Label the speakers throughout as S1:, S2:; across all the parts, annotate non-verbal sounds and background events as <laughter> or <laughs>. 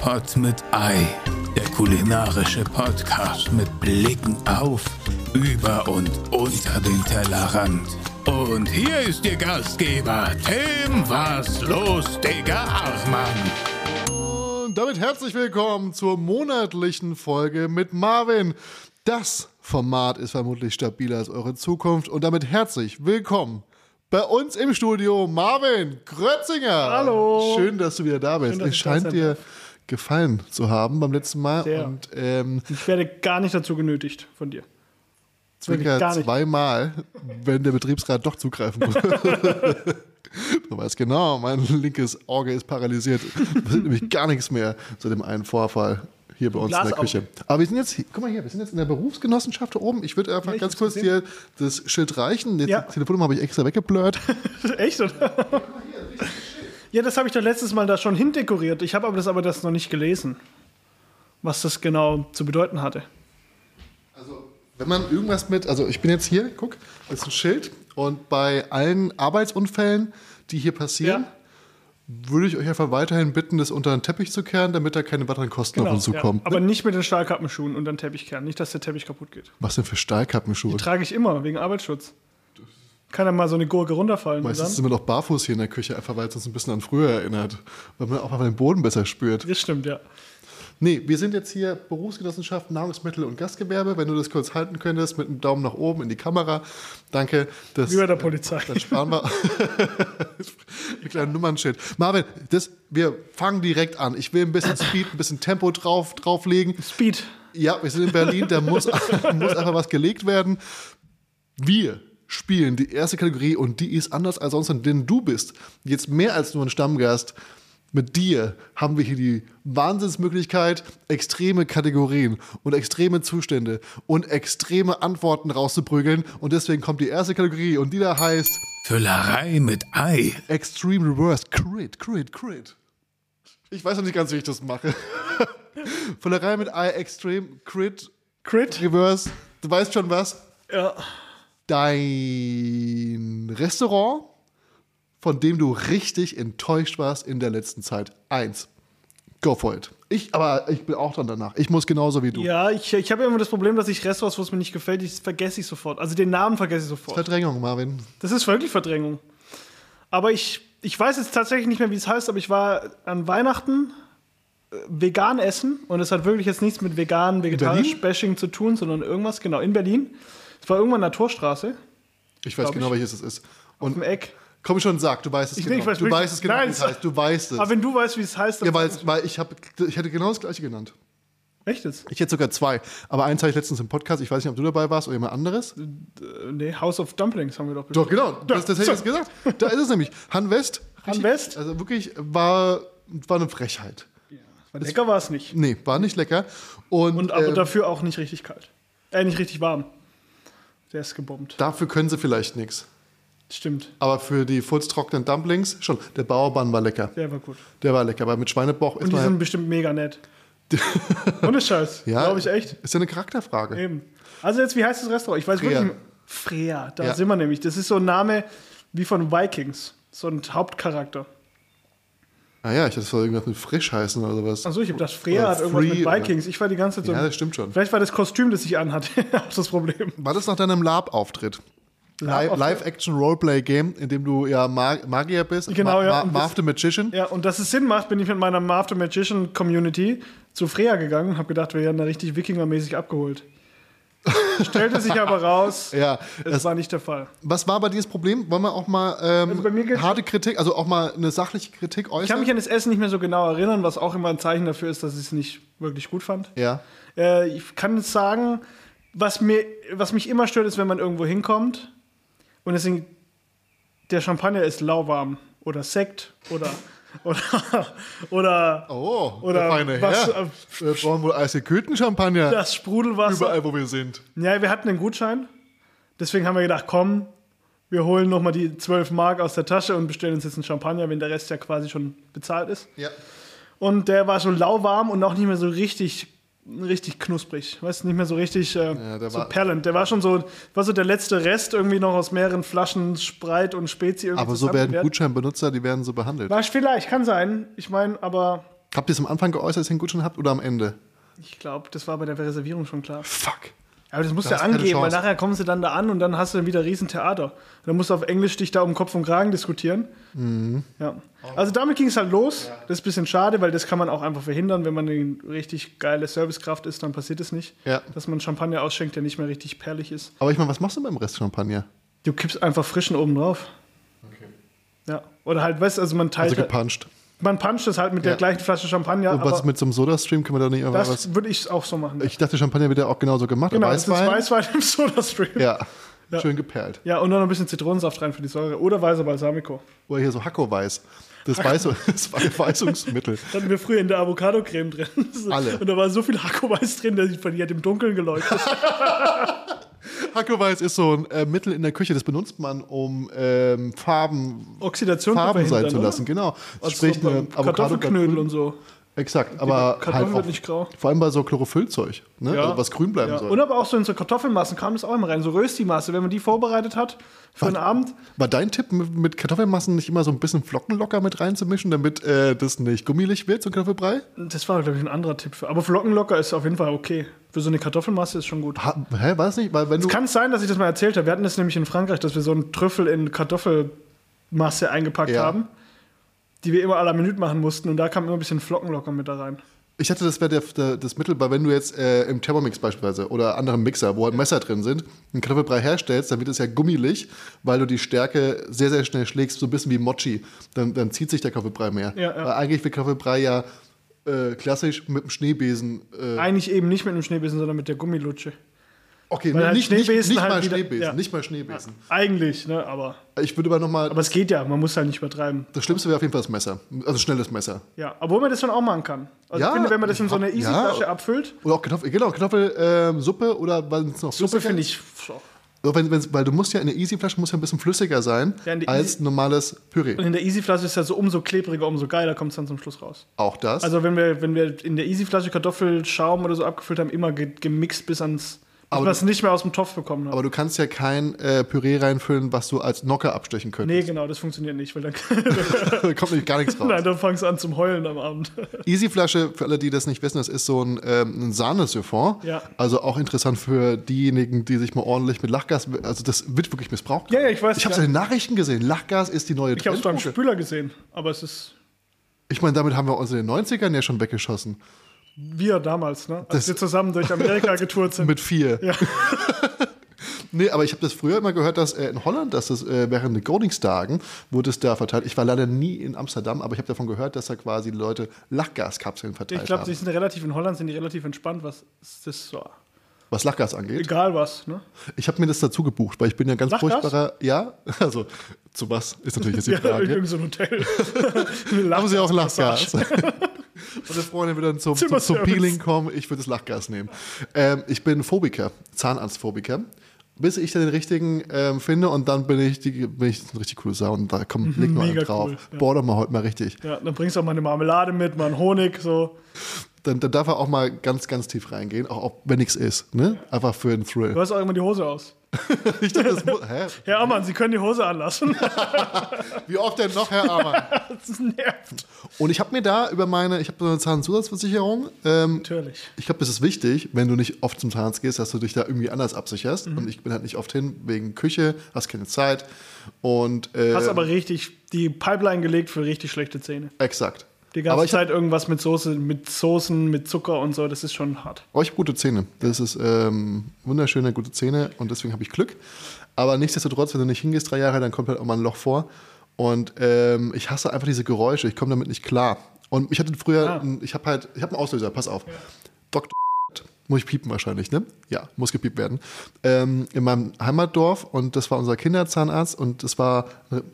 S1: Pot mit Ei, der kulinarische Podcast mit Blicken auf, über und unter den Tellerrand. Und hier ist Ihr Gastgeber, Tim Was los, Digga Achmann.
S2: Und damit herzlich willkommen zur monatlichen Folge mit Marvin. Das Format ist vermutlich stabiler als eure Zukunft und damit herzlich willkommen bei uns im Studio Marvin Krötzinger.
S3: Hallo.
S2: Schön, dass du wieder da bist.
S3: Schön, dass
S2: es
S3: ich da
S2: scheint
S3: sein
S2: dir gefallen zu haben beim letzten Mal
S3: Sehr.
S2: und ähm,
S3: Ich werde gar nicht dazu genötigt von dir. <laughs>
S2: Zwinker
S3: gar nicht.
S2: zweimal, wenn der Betriebsrat doch zugreifen
S3: <laughs>
S2: würde. Du weißt genau, mein linkes Auge ist paralysiert. Es sind nämlich gar nichts mehr zu dem einen Vorfall hier bei uns in der
S3: Glasauge.
S2: Küche. Aber wir sind jetzt, hier- guck mal hier, wir sind jetzt in der Berufsgenossenschaft da oben. Ich würde einfach
S3: Ja, ich
S2: ganz
S3: hab's
S2: kurz dir
S3: gesehen.
S2: das Schild reichen. Jetzt
S3: Ja.
S2: Die Telefonnummer habe ich extra weggeblurrt.
S3: Echt, oder? Ja, das habe ich doch letztes Mal da schon hindekoriert. Ich habe aber das aber das noch nicht gelesen, was das genau zu bedeuten hatte.
S2: Also, wenn man irgendwas mit, also ich bin jetzt hier, guck, das ist ein Schild. Und bei allen Arbeitsunfällen, die hier passieren,
S3: Ja.
S2: würde ich euch einfach weiterhin bitten, das unter den Teppich zu kehren, damit da keine weiteren Kosten auf uns zukommen.
S3: Genau, ja. Aber nicht mit den Stahlkappenschuhen und dann Teppichkern. Nicht, dass der Teppich kaputt geht.
S2: Was denn für Stahlkappenschuhe?
S3: Trage ich immer, wegen Arbeitsschutz. Kann dann mal so eine Gurke runterfallen. Und
S2: Meistens
S3: dann?
S2: sind wir doch barfuß hier in der Küche, einfach weil es uns ein bisschen an früher erinnert, weil man auch mal den Boden besser spürt.
S3: Das stimmt, ja.
S2: Nee, wir sind jetzt hier Berufsgenossenschaft, Nahrungsmittel und Gastgewerbe. Wenn du das kurz halten könntest, mit einem Daumen nach oben in die Kamera. Danke. Das,
S3: Wie bei der Polizei.
S2: <laughs> Dann sparen wir ein kleines Nummernschild. Marvin, das, wir fangen direkt an. Ich will ein bisschen Speed, ein bisschen Tempo drauf, drauflegen.
S3: Speed.
S2: Ja, wir sind in Berlin, da muss, <laughs> muss einfach was gelegt werden. Wir spielen die erste Kategorie und die ist anders als sonst, denn du bist jetzt mehr als nur ein Stammgast. Mit dir haben wir hier die Wahnsinnsmöglichkeit, extreme Kategorien und extreme Zustände und extreme Antworten rauszuprügeln. Und deswegen kommt die erste Kategorie und die da heißt
S1: Füllerei mit Ei.
S2: Extreme Reverse Crit, Crit, Crit. Ich weiß noch nicht ganz, wie ich das mache. <laughs> Von der Reihe mit I Extreme Crit
S3: Crit.
S2: Reverse, du weißt schon was.
S3: Ja.
S2: Dein Restaurant, von dem du richtig enttäuscht warst in der letzten Zeit. Eins. Go for it. Ich, aber ich bin auch dran danach. Ich muss genauso wie du.
S3: Ja, ich, ich habe ja immer das Problem, dass ich Restaurants, wo es mir nicht gefällt, ich vergesse ich sofort. Also den Namen vergesse ich sofort.
S2: Verdrängung, Marvin.
S3: Das ist wirklich Verdrängung. Aber ich, ich weiß jetzt tatsächlich nicht mehr, wie es heißt, aber ich war an Weihnachten äh, vegan essen und es hat wirklich jetzt nichts mit vegan, vegetarisch
S2: Berlin?
S3: Bashing zu tun, sondern irgendwas, genau, in Berlin. Es war irgendwann Naturstraße,
S2: Ich weiß
S3: Glaub
S2: genau,
S3: ich.
S2: welches es ist. Und
S3: im Eck.
S2: komm schon, sag, du weißt es
S3: Ich-
S2: genau.
S3: ich weiß
S2: du
S3: wirklich-
S2: weißt es genau,
S3: Nein,
S2: wie es heißt. Du weißt es.
S3: Aber wenn du weißt, wie es heißt, dann
S2: Ja, weil, weil ich, hab, ich hätte genau das gleiche genannt.
S3: echt jetzt.
S2: Ich hätte sogar zwei. Aber eins hatte ich letztens im Podcast. Ich weiß nicht, ob du dabei warst oder jemand anderes.
S3: Äh, Nee, House of Dumplings haben wir doch
S2: Doch,
S3: bestimmt.
S2: genau. Das, das hätte ich jetzt gesagt. Da ist es nämlich. Han West.
S3: Han
S2: richtig-
S3: West?
S2: Also wirklich war, war eine Frechheit.
S3: Lecker war es nicht.
S2: Nee, war nicht lecker. Und,
S3: Und aber
S2: ähm,
S3: dafür auch nicht richtig kalt. Äh, nicht richtig warm. Der ist gebombt.
S2: dafür können sie vielleicht nichts.
S3: Stimmt.
S2: Aber für die furztrockenen Dumplings schon. Der Bauerbann war lecker.
S3: Der war gut.
S2: Der war lecker. Aber mit Schweinebauch ist
S3: Und die
S2: man.
S3: sind bestimmt
S2: <laughs>
S3: mega nett. Ohne Scheiß.
S2: ja,
S3: Glaube ich echt.
S2: Ist ja eine Charakterfrage.
S3: Eben. Also jetzt, wie heißt das Restaurant? Ich weiß
S2: Freer.
S3: wirklich nicht. Freer, da
S2: Ja.
S3: sind wir nämlich. Das ist so ein Name wie von Vikings. So ein Hauptcharakter.
S2: Ah ja, ich hätte es soll irgendwas mit frisch heißen oder sowas.
S3: Achso, ich habe gedacht, Freer
S2: Oder
S3: hat irgendwas
S2: Free
S3: mit
S2: oder-
S3: Vikings. Ich war die ganze Zeit so.
S2: Ja, das stimmt schon.
S3: Vielleicht war das Kostüm, das ich anhatte, <laughs> auch das Problem.
S2: War das nach deinem Lab-Auftritt? Li-
S3: Lab-Auftritt?
S2: Live-Action-Roleplay-Game, in dem du ja Mag Magier bist.
S3: Genau, ja. Und das-
S2: Marv the Magician.
S3: Ja, und dass es Sinn macht, bin ich mit meiner Marv the Magician Community zu Freya gegangen und habe gedacht, wir werden da richtig
S2: <laughs>
S3: Wikingermäßig abgeholt. Stellte sich aber raus,
S2: Ja,
S3: es war nicht der Fall.
S2: Was war bei dir das Problem? Wollen wir auch mal ähm,
S3: Also bei mir geht's-
S2: harte Kritik, also auch mal eine sachliche Kritik
S3: Ich kann
S2: äußern?
S3: mich an das Essen nicht mehr so genau erinnern, was auch immer ein Zeichen dafür ist, dass ich es nicht wirklich gut fand.
S2: ja.
S3: Äh, ich kann jetzt sagen, was, mir, was mich immer stört, ist, wenn man irgendwo hinkommt und deswegen der Champagner ist lauwarm oder Sekt oder <laughs> oder oder,
S2: Oh,
S3: oder
S2: der feine
S3: was, äh,
S2: Herr. Wir brauchen wohl eisgekühlten Champagner
S3: das Sprudelwasser.
S2: überall, wo wir sind.
S3: Ja, wir hatten einen Gutschein, deswegen haben wir gedacht, komm, wir holen nochmal die 12 Mark aus der Tasche und bestellen uns jetzt einen Champagner, wenn der Rest ja quasi schon bezahlt ist.
S2: Ja.
S3: Und der war so lauwarm und auch nicht mehr so richtig, richtig knusprig. Weißt du, nicht mehr so richtig äh,
S2: Ja, der
S3: so
S2: war-
S3: perlend. Der war schon so, war so der letzte Rest irgendwie noch aus mehreren Flaschen Spreit und Spezi. irgendwie
S2: Aber so werden
S3: zusammengewehrt.
S2: Gutscheinbenutzer, die werden so behandelt.
S3: War vielleicht, kann sein. Ich meine, aber
S2: Habt ihr es am Anfang geäußert, dass ihr einen Gutschein habt oder am Ende?
S3: Ich glaube, das war bei der Reservierung schon klar.
S2: Fuck.
S3: Aber das musst
S2: Da
S3: du ja
S2: hast du keine
S3: angeben, weil
S2: Chance.
S3: nachher kommen sie dann da an und dann hast du dann wieder riesen Theater. Und dann musst du auf Englisch dich da um Kopf und Kragen diskutieren.
S2: Mhm.
S3: Ja. Also damit ging es halt los. Das ist ein bisschen schade, weil das kann man auch einfach verhindern. Wenn man eine richtig geile Servicekraft ist, dann passiert es nicht.
S2: Ja.
S3: Dass man Champagner ausschenkt, der nicht mehr richtig perlig ist.
S2: Aber ich meine, was machst du beim Rest Champagner?
S3: Du kippst einfach frischen oben drauf. Ja. Oder halt, weißt du, also man teilt.
S2: Also gepuncht.
S3: man puncht das halt mit der
S2: Ja.
S3: gleichen Flasche Champagner.
S2: Und was
S3: aber
S2: ist mit so einem Soda-Stream? Können wir da nicht irgendwas.
S3: das würde ich auch so machen.
S2: Ich dachte, Champagner wird ja auch genauso gemacht. aber
S3: genau, das ist
S2: Weißwein.
S3: Weißwein im Soda-Stream.
S2: Ja. Schön geperlt.
S3: Ja, und dann noch ein bisschen Zitronensaft rein für die Säure. Oder weißer Balsamico.
S2: Oder hier so Hacko-Weiß. Das, Weiß <laughs> das Weißungsmittel.
S3: Das hatten wir früher in der Avocado-Creme drin. <laughs>
S2: Alle.
S3: Und da war so viel Hackoweiß drin, dass ich von die hat im Dunkeln geleuchtet.
S2: <laughs> Hacko-Weiß ist so ein äh, Mittel in der Küche, das benutzt man, um ähm, Farben,
S3: Oxidation zu
S2: Farben sein
S3: verhindern,
S2: zu
S3: oder?
S2: lassen. Genau. Das
S3: Also so beim Kartoffelknödel und so.
S2: Exakt, aber
S3: Kartoffel
S2: halt auch,
S3: wird nicht grau.
S2: vor allem bei so Chlorophyllzeug, ne?
S3: Ja.
S2: also was grün bleiben
S3: Ja.
S2: soll.
S3: Und aber auch so in so Kartoffelmassen kam das auch immer rein. So Rösti-Masse, wenn man die vorbereitet hat für einen Abend.
S2: War dein Tipp, mit mit Kartoffelmassen nicht immer so ein bisschen Flockenlocker mit reinzumischen, damit äh, das nicht gummilig wird, so ein Kartoffelbrei?
S3: Das war, glaube ich, ein anderer Tipp. Für. Aber Flockenlocker ist auf jeden Fall okay. Für so eine Kartoffelmasse ist schon gut.
S2: Ha, hä, weiß nicht, weil wenn du.
S3: Kann es sein, dass ich das mal erzählt habe? Wir hatten das nämlich in Frankreich, dass wir so einen Trüffel in Kartoffelmasse eingepackt
S2: Ja.
S3: haben, die wir immer à la Minute machen mussten. Und da kam immer ein bisschen Flockenlocker mit da rein.
S2: Ich dachte, das wäre der, der, das Mittel, bei wenn du jetzt äh, im Thermomix beispielsweise oder anderen Mixer, wo halt Messer drin sind, einen Kartoffelbrei herstellst, dann wird es ja gummilig, weil du die Stärke sehr, sehr schnell schlägst, so ein bisschen wie Mochi. Dann, dann zieht sich der Kartoffelbrei mehr.
S3: Ja, ja.
S2: Weil eigentlich wird Kartoffelbrei ja äh, klassisch mit dem Schneebesen. Äh,
S3: Eigentlich eben nicht mit einem Schneebesen, sondern mit der Gummilutsche.
S2: okay,
S3: weil halt
S2: nicht, nicht,
S3: Schneebesen
S2: nicht
S3: halt
S2: mal
S3: wieder-
S2: Schneebesen,
S3: ja.
S2: nicht mal Schneebesen.
S3: Eigentlich, ne? Aber,
S2: Ich würde aber nochmal,
S3: aber es geht ja, man muss halt nicht übertreiben.
S2: das Schlimmste wäre auf jeden Fall das Messer. Also schnelles Messer.
S3: Ja, obwohl man das dann auch machen kann. Also
S2: Ja,
S3: ich finde, wenn man das in so eine
S2: ja.
S3: Easy-Flasche abfüllt,
S2: Oder auch Kartoffel, genau, Kartoffelsuppe oder was ist noch
S3: Suppe
S2: flüssiger?
S3: finde ich.
S2: So, wenn, wenn's, weil du musst ja in der Easy-Flasche muss ja ein bisschen flüssiger sein
S3: Ja, in der
S2: als
S3: Easy-
S2: normales Püree.
S3: <laughs> Und in der Easy-Flasche ist ja so umso klebriger, umso geiler kommt es dann zum Schluss raus.
S2: Auch das.
S3: Also wenn wir, wenn wir in der Easy-Flasche Kartoffelschaum oder so abgefüllt haben, immer ge gemixt bis ans. Bis
S2: Aber
S3: man es nicht mehr aus dem Topf bekommen hat.
S2: aber du kannst ja kein äh, Püree reinfüllen, was du als Nocker abstechen
S3: Nee,
S2: könntest.
S3: genau, das funktioniert nicht,
S2: <laughs>
S3: weil dann,
S2: da kommt nämlich gar
S3: <laughs>
S2: nichts raus.
S3: nein, dann fangst du an zum Heulen am
S2: <laughs>
S3: Abend.
S2: Easy-Flasche, für alle, die das nicht wissen, das ist so ein, ähm, ein Sahnesyphon.
S3: Ja.
S2: Also auch interessant für diejenigen, die sich mal ordentlich mit Lachgas, also das wird wirklich missbraucht.
S3: Ja, ja, ich weiß,
S2: Ich habe es
S3: ja.
S2: in den Nachrichten gesehen. Lachgas ist die neue
S3: Ich habe es beim
S2: Trendmucke.
S3: Spüler gesehen, aber es ist
S2: Ich meine, damit haben wir uns in den 90ern ja schon weggeschossen.
S3: wir damals, ne? Als
S2: Das-
S3: wir zusammen durch Amerika
S2: <laughs>
S3: getourt sind.
S2: Mit vier. <laughs> nee, aber ich habe das früher immer gehört, dass äh, in Holland, dass das äh, während den Goldingstagen wurde es da verteilt. Ich war leider nie in Amsterdam, aber ich habe davon gehört, dass da quasi die Leute Lachgaskapseln verteilt
S3: Ich glaube, die
S2: haben.
S3: sind relativ in Holland, sind die relativ entspannt, was ist das so?
S2: Was Lachgas angeht.
S3: Egal was, ne?
S2: Ich habe mir das dazu gebucht, weil ich bin ja ein ganz
S3: Lachgas?
S2: furchtbarer. Ja, <laughs> also zu was ist natürlich jetzt die
S3: Ja, in
S2: Frage.
S3: irgendeinem so
S2: <laughs>
S3: ein Hotel. <laughs>
S2: haben sie auch Lachgas? Meine Freundin würde dann zum, zum, zum
S3: Zimmerservice.
S2: Peeling kommen, ich würde das Lachgas nehmen. Ähm, ich bin Phobiker, Zahnarztphobiker. Bis ich dann den richtigen ähm, finde und dann bin ich, die, bin ich eine richtig coole Sau und da kommt leg nur einen
S3: Mega
S2: drauf.
S3: cool, ja.
S2: Boah, doch mal heute mal richtig.
S3: Ja, dann bringst du auch mal eine Marmelade mit, mal einen Honig, so.
S2: Dann, dann darf er auch mal ganz, ganz tief reingehen, auch, auch wenn nichts ist. Ne? Einfach für einen
S3: Du
S2: Thrill.
S3: hast auch immer die Hose aus.
S2: <laughs> Ich dachte, das muss, hä?
S3: Herr Ammann, Sie können die Hose anlassen. <laughs>
S2: Wie oft denn noch, Herr Amann?
S3: Das nervt.
S2: Und ich habe mir da über meine, ich habe so eine Zahnzusatzversicherung. Ähm,
S3: Natürlich.
S2: ich glaube, das ist wichtig, wenn du nicht oft zum Zahnarzt gehst, dass du dich da irgendwie anders absicherst.
S3: Mhm.
S2: Und ich bin halt nicht oft hin wegen Küche, hast keine Zeit. Und äh,
S3: Hast aber richtig die Pipeline gelegt für richtig schlechte Zähne.
S2: exakt.
S3: Die ganze
S2: Aber ich habe
S3: Zeit irgendwas mit Soße, mit Soßen, mit Zucker und so, das ist schon hart.
S2: Oh, hab gute Zähne. Das ist ähm, wunderschöne, gute Zähne und deswegen habe ich Glück. Aber nichtsdestotrotz, wenn du nicht hingehst drei Jahre, dann kommt halt auch mal ein Loch vor. Und ähm, ich hasse einfach diese Geräusche. Ich komme damit nicht klar. Und ich hatte früher,
S3: Ah.
S2: ein- ich habe halt, ich habe einen Auslöser. Pass auf, Dr. <laughs> Muss ich piepen wahrscheinlich, ne? Ja, muss gepiept werden. Ähm, in meinem Heimatdorf und das war unser Kinderzahnarzt und das war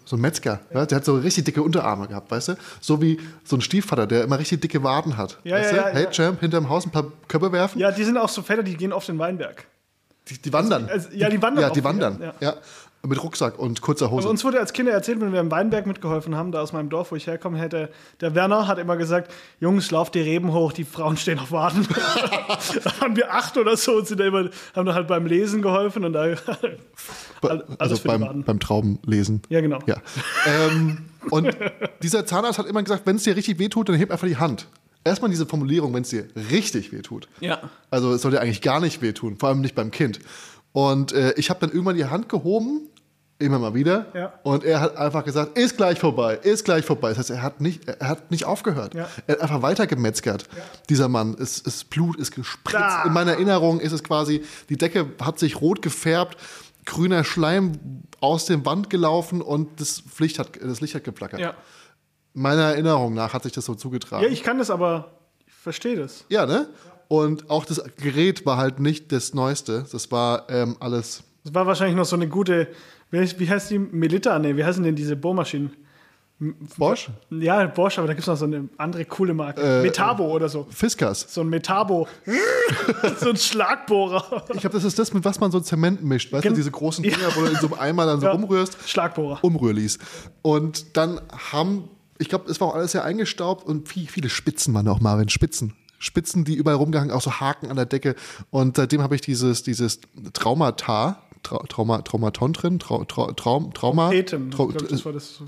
S2: so ein Metzger. Ne? Der hat so richtig dicke Unterarme gehabt, weißt du? So wie so ein Stiefvater, der immer richtig dicke Waden hat.
S3: Ja,
S2: weißt
S3: ja,
S2: du?
S3: ja,
S2: hey,
S3: ja.
S2: Champ, hinterm Haus ein paar Köpfe werfen.
S3: Ja, die sind auch so Väter, die gehen auf den Weinberg.
S2: Die, die wandern.
S3: Also, ja, die wandern
S2: Ja,
S3: auch
S2: die
S3: wieder,
S2: wandern. Ja.
S3: ja.
S2: Mit Rucksack und kurzer Hose.
S3: Also uns wurde als Kinder erzählt, wenn wir im Weinberg mitgeholfen haben, da aus meinem Dorf, wo ich herkomme, hätte der Werner hat immer gesagt, Jungs, lauft die Reben hoch, die Frauen stehen
S2: <laughs>
S3: auf Waden. da waren wir acht oder so und sind da immer, haben da halt beim Lesen geholfen und da <laughs>
S2: Be-
S3: alles
S2: also
S3: für die
S2: beim,
S3: Waden.
S2: beim Traubenlesen.
S3: Ja, genau.
S2: Ja. ähm, und dieser Zahnarzt hat immer gesagt, wenn es dir richtig wehtut, dann heb einfach die Hand. Erstmal diese Formulierung, wenn es dir richtig wehtut.
S3: Ja.
S2: Also es sollte eigentlich gar nicht wehtun, vor allem nicht beim Kind. Und äh, ich habe dann irgendwann die Hand gehoben, immer mal wieder.
S3: Ja.
S2: Und er hat einfach gesagt, ist gleich vorbei, ist gleich vorbei. Das heißt, er hat nicht, er hat nicht aufgehört.
S3: Ja.
S2: Er hat einfach weitergemetzgert. Dieser Mann, es, es Blut ist gespritzt.
S3: Ah.
S2: In meiner Erinnerung ist es quasi, die Decke hat sich rot gefärbt, grüner Schleim aus dem Wand gelaufen und das Licht hat, das Licht hat geflackert.
S3: Ja.
S2: Meiner Erinnerung nach hat sich das so zugetragen.
S3: ja, ich kann das, aber ich verstehe das.
S2: Ja, ne? Und auch das Gerät war halt nicht das Neueste. Das war ähm, alles.
S3: Das war wahrscheinlich noch so eine gute, wie heißt wie heißt die? Melita? Nee, wie heißen denn diese Bohrmaschinen?
S2: Bosch?
S3: Ja, Bosch, aber da gibt es noch so eine andere coole Marke.
S2: Äh,
S3: Metabo oder so.
S2: Fiskars.
S3: So ein Metabo. <laughs> so ein Schlagbohrer.
S2: Ich glaube, das ist das, mit was man so Zement mischt. Weißt
S3: Gen-
S2: du, diese großen
S3: Ja.
S2: Dinger, wo du in so einem Eimer dann so
S3: Ja.
S2: rumrührst.
S3: Schlagbohrer.
S2: Umrührlis. Und dann haben, ich glaube, es war auch alles sehr eingestaubt und viel, viele Spitzen waren auch, Marvin, Spitzen. Spitzen, die überall rumgehangen, auch so Haken an der Decke. Und seitdem habe ich dieses, dieses Traumata, Trau- Trauma, Traumaton drin, Trau, Trau, Traum, Trauma.
S3: Petem.
S2: Trau, äh.
S3: ich glaub, das war das.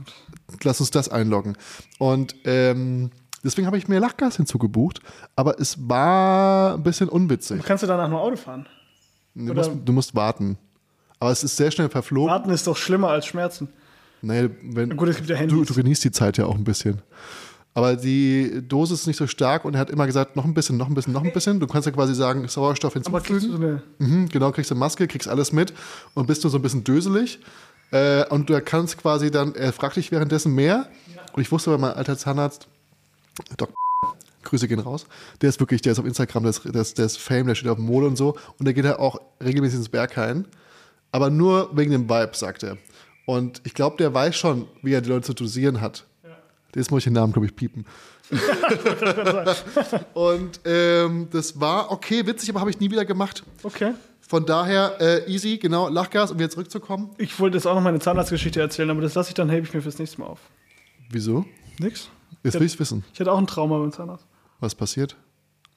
S2: lass uns das einloggen. Und ähm, deswegen habe ich mir Lachgas hinzugebucht, aber es war ein bisschen unwitzig.
S3: Kannst du danach noch Auto fahren?
S2: Du musst, du musst warten. Aber es ist sehr schnell verflogen.
S3: Warten ist doch schlimmer als Schmerzen.
S2: Nee, wenn,
S3: Gut, es gibt ja
S2: du,
S3: Handys.
S2: du genießt die Zeit ja auch ein bisschen. Aber die Dosis ist nicht so stark und er hat immer gesagt, noch ein bisschen, noch ein bisschen, noch ein bisschen. Du kannst ja quasi sagen, Sauerstoff
S3: aber kriegst du so
S2: hinzufügen.
S3: eine.
S2: Mhm, genau, kriegst eine Maske, kriegst alles mit und bist nur so ein bisschen döselig. Äh, und du kannst quasi dann, er fragt dich währenddessen mehr. Und ich wusste, weil mein alter Zahnarzt, Dr. Grüße gehen raus. Der ist wirklich, der ist auf Instagram, der ist, der ist, der ist Fame, der steht auf dem Mode und so. Und der geht ja auch regelmäßig ins Berghain. Aber nur wegen dem Vibe, sagt er. Und ich glaube, der weiß schon, wie er die Leute zu dosieren hat. Jetzt muss ich den Namen, glaube ich, piepen. und ähm, das war okay, witzig, aber habe ich nie wieder gemacht.
S3: Okay.
S2: Von daher äh, easy, genau, Lachgas, um wieder zurückzukommen.
S3: Ich wollte jetzt auch noch meine Zahnarztgeschichte erzählen, aber das lasse ich dann, hebe ich mir fürs nächste Mal auf.
S2: Wieso?
S3: Nix?
S2: Jetzt will ich wissen,
S3: Ich hatte auch ein Trauma beim Zahnarzt. <laughs>
S2: was passiert.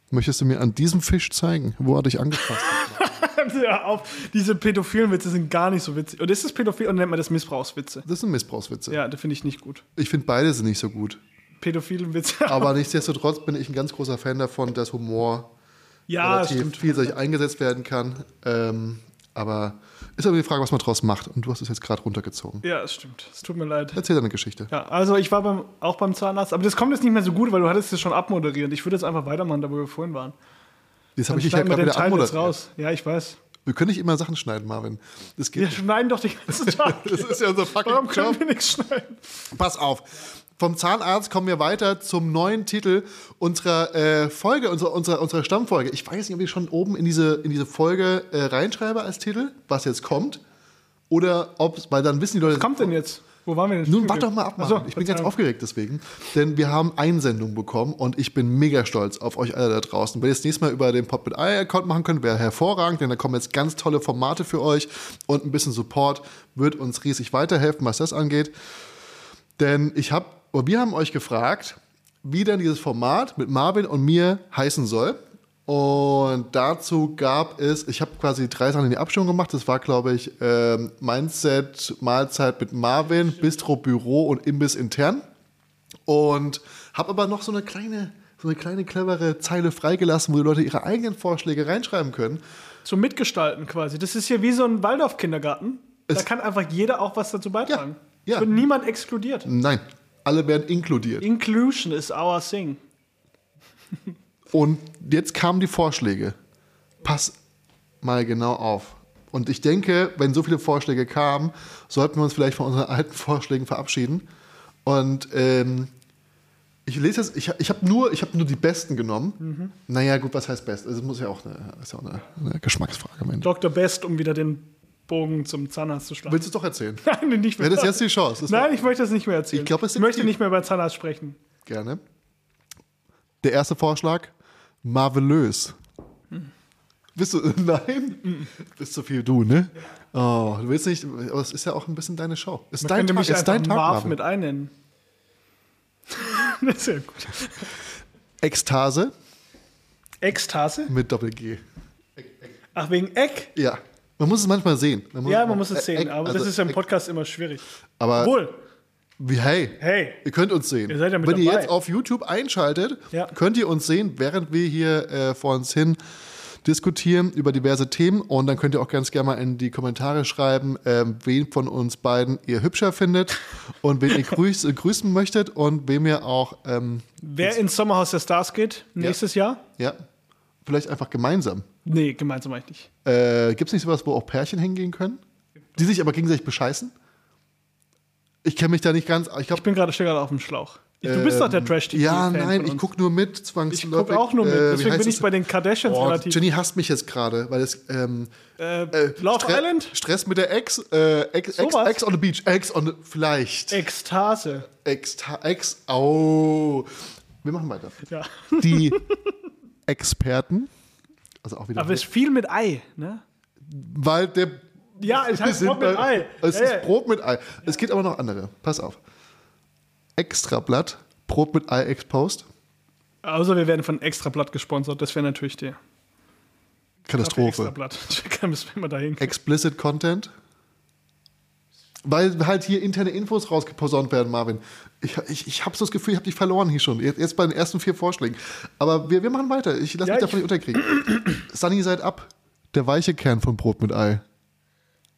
S2: Möchtest du mir an diesem Fisch zeigen, wo er dich angefasst
S3: <laughs>
S2: hat?
S3: ja, auf. Diese pädophilen Witze sind gar nicht so witzig. Und ist das pädophil und nennt man das Missbrauchswitze?
S2: Das sind Missbrauchswitze.
S3: Ja, das finde ich nicht gut.
S2: Ich finde beide sind nicht so gut. <laughs>
S3: Pädophilen Witze. <laughs>
S2: Aber nichtsdestotrotz bin ich ein ganz großer Fan davon, dass Humor
S3: ja,
S2: relativ
S3: Ah, stimmt.
S2: vielseitig eingesetzt werden kann. Ähm, aber ist aber die Frage, was man draus macht. Und du hast es jetzt gerade runtergezogen.
S3: Ja, es stimmt. Es tut mir leid.
S2: Erzähl deine Geschichte.
S3: Ja, also ich war beim, auch beim Zahnarzt, aber das kommt jetzt nicht mehr so gut, weil du hattest es schon abmoderiert. Ich würde jetzt einfach weitermachen, da wo wir vorhin waren.
S2: Jetzt
S3: Dann
S2: habe ich dich ja
S3: schneiden wir
S2: gerade
S3: den
S2: wieder
S3: Teil jetzt
S2: anmoderiert.
S3: raus. Ja, ich weiß.
S2: Wir können nicht immer Sachen schneiden, Marvin. Das geht
S3: Wir
S2: nicht.
S3: schneiden doch den ganzen Tag.
S2: <laughs> Das ist ja unser fucking
S3: Warum können
S2: Job.
S3: wir nichts schneiden?
S2: Pass auf. Vom Zahnarzt kommen wir weiter zum neuen Titel unserer äh, Folge, unserer, unserer, unserer Stammfolge. Ich weiß nicht, ob ich schon oben in diese, in diese Folge äh, reinschreibe als Titel, was jetzt kommt. Oder ob, weil dann wissen die Leute.
S3: Was kommt denn jetzt? Wo waren wir denn?
S2: Nun warte doch mal ab, Mann.
S3: Ach so,
S2: ich bin ganz
S3: Verzeihung.
S2: aufgeregt deswegen, denn wir haben Einsendungen bekommen und ich bin mega stolz auf euch alle da draußen. Wenn ihr das nächste Mal über den Pop mit Eye Account machen könnt, wäre hervorragend, denn da kommen jetzt ganz tolle Formate für euch und ein bisschen Support wird uns riesig weiterhelfen, was das angeht. Denn ich habe, wir haben euch gefragt, wie denn dieses Format mit Marvin und mir heißen soll. Und dazu gab es, ich habe quasi drei Sachen in die Abstimmung gemacht. Das war, glaube ich, ähm, Mindset, Mahlzeit mit Marvin, Bistro, Büro und Imbiss intern. Und habe aber noch so eine kleine, so eine kleine clevere Zeile freigelassen, wo die Leute ihre eigenen Vorschläge reinschreiben können.
S3: Zum Mitgestalten quasi. Das ist hier wie so ein Waldorf-Kindergarten. Da
S2: Es-
S3: kann einfach jeder auch was dazu beitragen.
S2: Ja, ja.
S3: Es wird niemand exkludiert.
S2: Nein, alle werden inkludiert.
S3: Inclusion is our thing.
S2: Und jetzt kamen die Vorschläge. Pass mal genau auf. Und ich denke, wenn so viele Vorschläge kamen, sollten wir uns vielleicht von unseren alten Vorschlägen verabschieden. Und ähm, ich lese jetzt, ich, ich habe nur, ich hab nur die besten genommen. Naja, gut, was heißt best? Also, es muss ja auch eine, ist ja auch eine, eine Geschmacksfrage am Ende.
S3: Dr. Best, um wieder den Bogen zum Zahnarzt zu schlagen.
S2: Willst du es doch erzählen?
S3: <laughs> Nein, nicht mehr.
S2: Wäre das jetzt die Chance? Das
S3: Nein, ich möchte das nicht mehr erzählen.
S2: Ich glaub, es
S3: ich
S2: sind
S3: möchte
S2: die-
S3: nicht mehr über Zahnarzt sprechen.
S2: Gerne. Der erste Vorschlag, marvelös.
S3: Hm.
S2: Bist du, <laughs> nein? Bist zu viel du, ne? Oh, du willst nicht, aber es ist ja auch ein bisschen deine Show. Ist
S3: Man
S2: dein
S3: könnte
S2: Tag,
S3: mich
S2: ist
S3: einfach
S2: dein Tag,
S3: Marv
S2: Marvin.
S3: mit <laughs> einnennen. das ist ja gut.
S2: Ekstase
S3: Ekstase?
S2: mit Doppel-G.
S3: Ach, wegen Eck?
S2: Ja, man muss es manchmal sehen. Man
S3: Ja, man muss es
S2: Äh,
S3: sehen,
S2: Eck- Äh,
S3: aber
S2: also
S3: das ist ja im
S2: Eck-
S3: Podcast immer schwierig.
S2: Aber
S3: Obwohl,
S2: Wie, hey,
S3: Hey.
S2: ihr könnt uns sehen.
S3: Ihr seid ja mit
S2: Wenn ihr
S3: dabei.
S2: jetzt auf YouTube einschaltet,
S3: Ja.
S2: könnt ihr uns sehen, während wir hier äh, vor uns hin diskutieren über diverse Themen. Und dann könnt ihr auch ganz gerne mal in die Kommentare schreiben, ähm, wen von uns beiden ihr hübscher
S3: <laughs>
S2: findet und wen ihr grüß, äh, grüßen möchtet und wem ihr auch, ähm,
S3: Wer ins Sommerhaus der Stars geht, nächstes Jahr?
S2: ja, vielleicht einfach gemeinsam.
S3: Nee, gemeinsam eigentlich nicht.
S2: Äh, Gibt es nicht sowas, wo auch Pärchen hingehen können? Die sich aber gegenseitig bescheißen? Ich kenne mich da nicht ganz. Ich glaube,
S3: Ich bin gerade stehe gerade auf dem Schlauch. Ich- Du bist doch der trash tv
S2: Ähm, Ja, nein, ich gucke nur mit,
S3: Ich
S2: zwangsläufig.
S3: guck auch nur mit.
S2: Äh, wie
S3: Deswegen
S2: heißt
S3: bin
S2: es?
S3: ich bei den Kardashians
S2: Boah,
S3: relativ.
S2: Jenny hasst mich jetzt gerade, weil es ähm,
S3: äh,
S2: äh,
S3: Love
S2: Stre-
S3: Island?
S2: Stress mit der Ex, äh, Ex, Ex,
S3: Sowas.
S2: Ex on the Beach, Ex on the, vielleicht,
S3: Ekstase.
S2: Ex, Ex, au. Wir machen weiter.
S3: Ja.
S2: <laughs> Die Experten, also auch wieder,
S3: Aber es ist viel mit Ei, ne?
S2: weil der
S3: Ja,
S2: <laughs>
S3: es
S2: wir
S3: heißt
S2: sind
S3: Brot mit
S2: bei-
S3: Ei.
S2: Es
S3: Ja, ja.
S2: ist Brot mit Ei. Es gibt aber noch andere. Pass auf. Extrablatt, Brot mit Ei ex post.
S3: Außer wir werden von Extrablatt gesponsert, das wäre natürlich die
S2: Katastrophe.
S3: Extrablatt. <laughs> Da müssen wir mal dahin.
S2: Explicit Content. Weil halt hier interne Infos rausgeposaunt werden, Marvin. Ich, ich, ich habe so das Gefühl, ich habe dich verloren hier schon. Jetzt, jetzt bei den ersten vier Vorschlägen. Aber wir, wir machen weiter. Ich lasse
S3: Ja,
S2: mich
S3: ich-
S2: davon nicht unterkriegen. <clears throat> Sunny seid ab. Der weiche Kern von Brot mit Ei.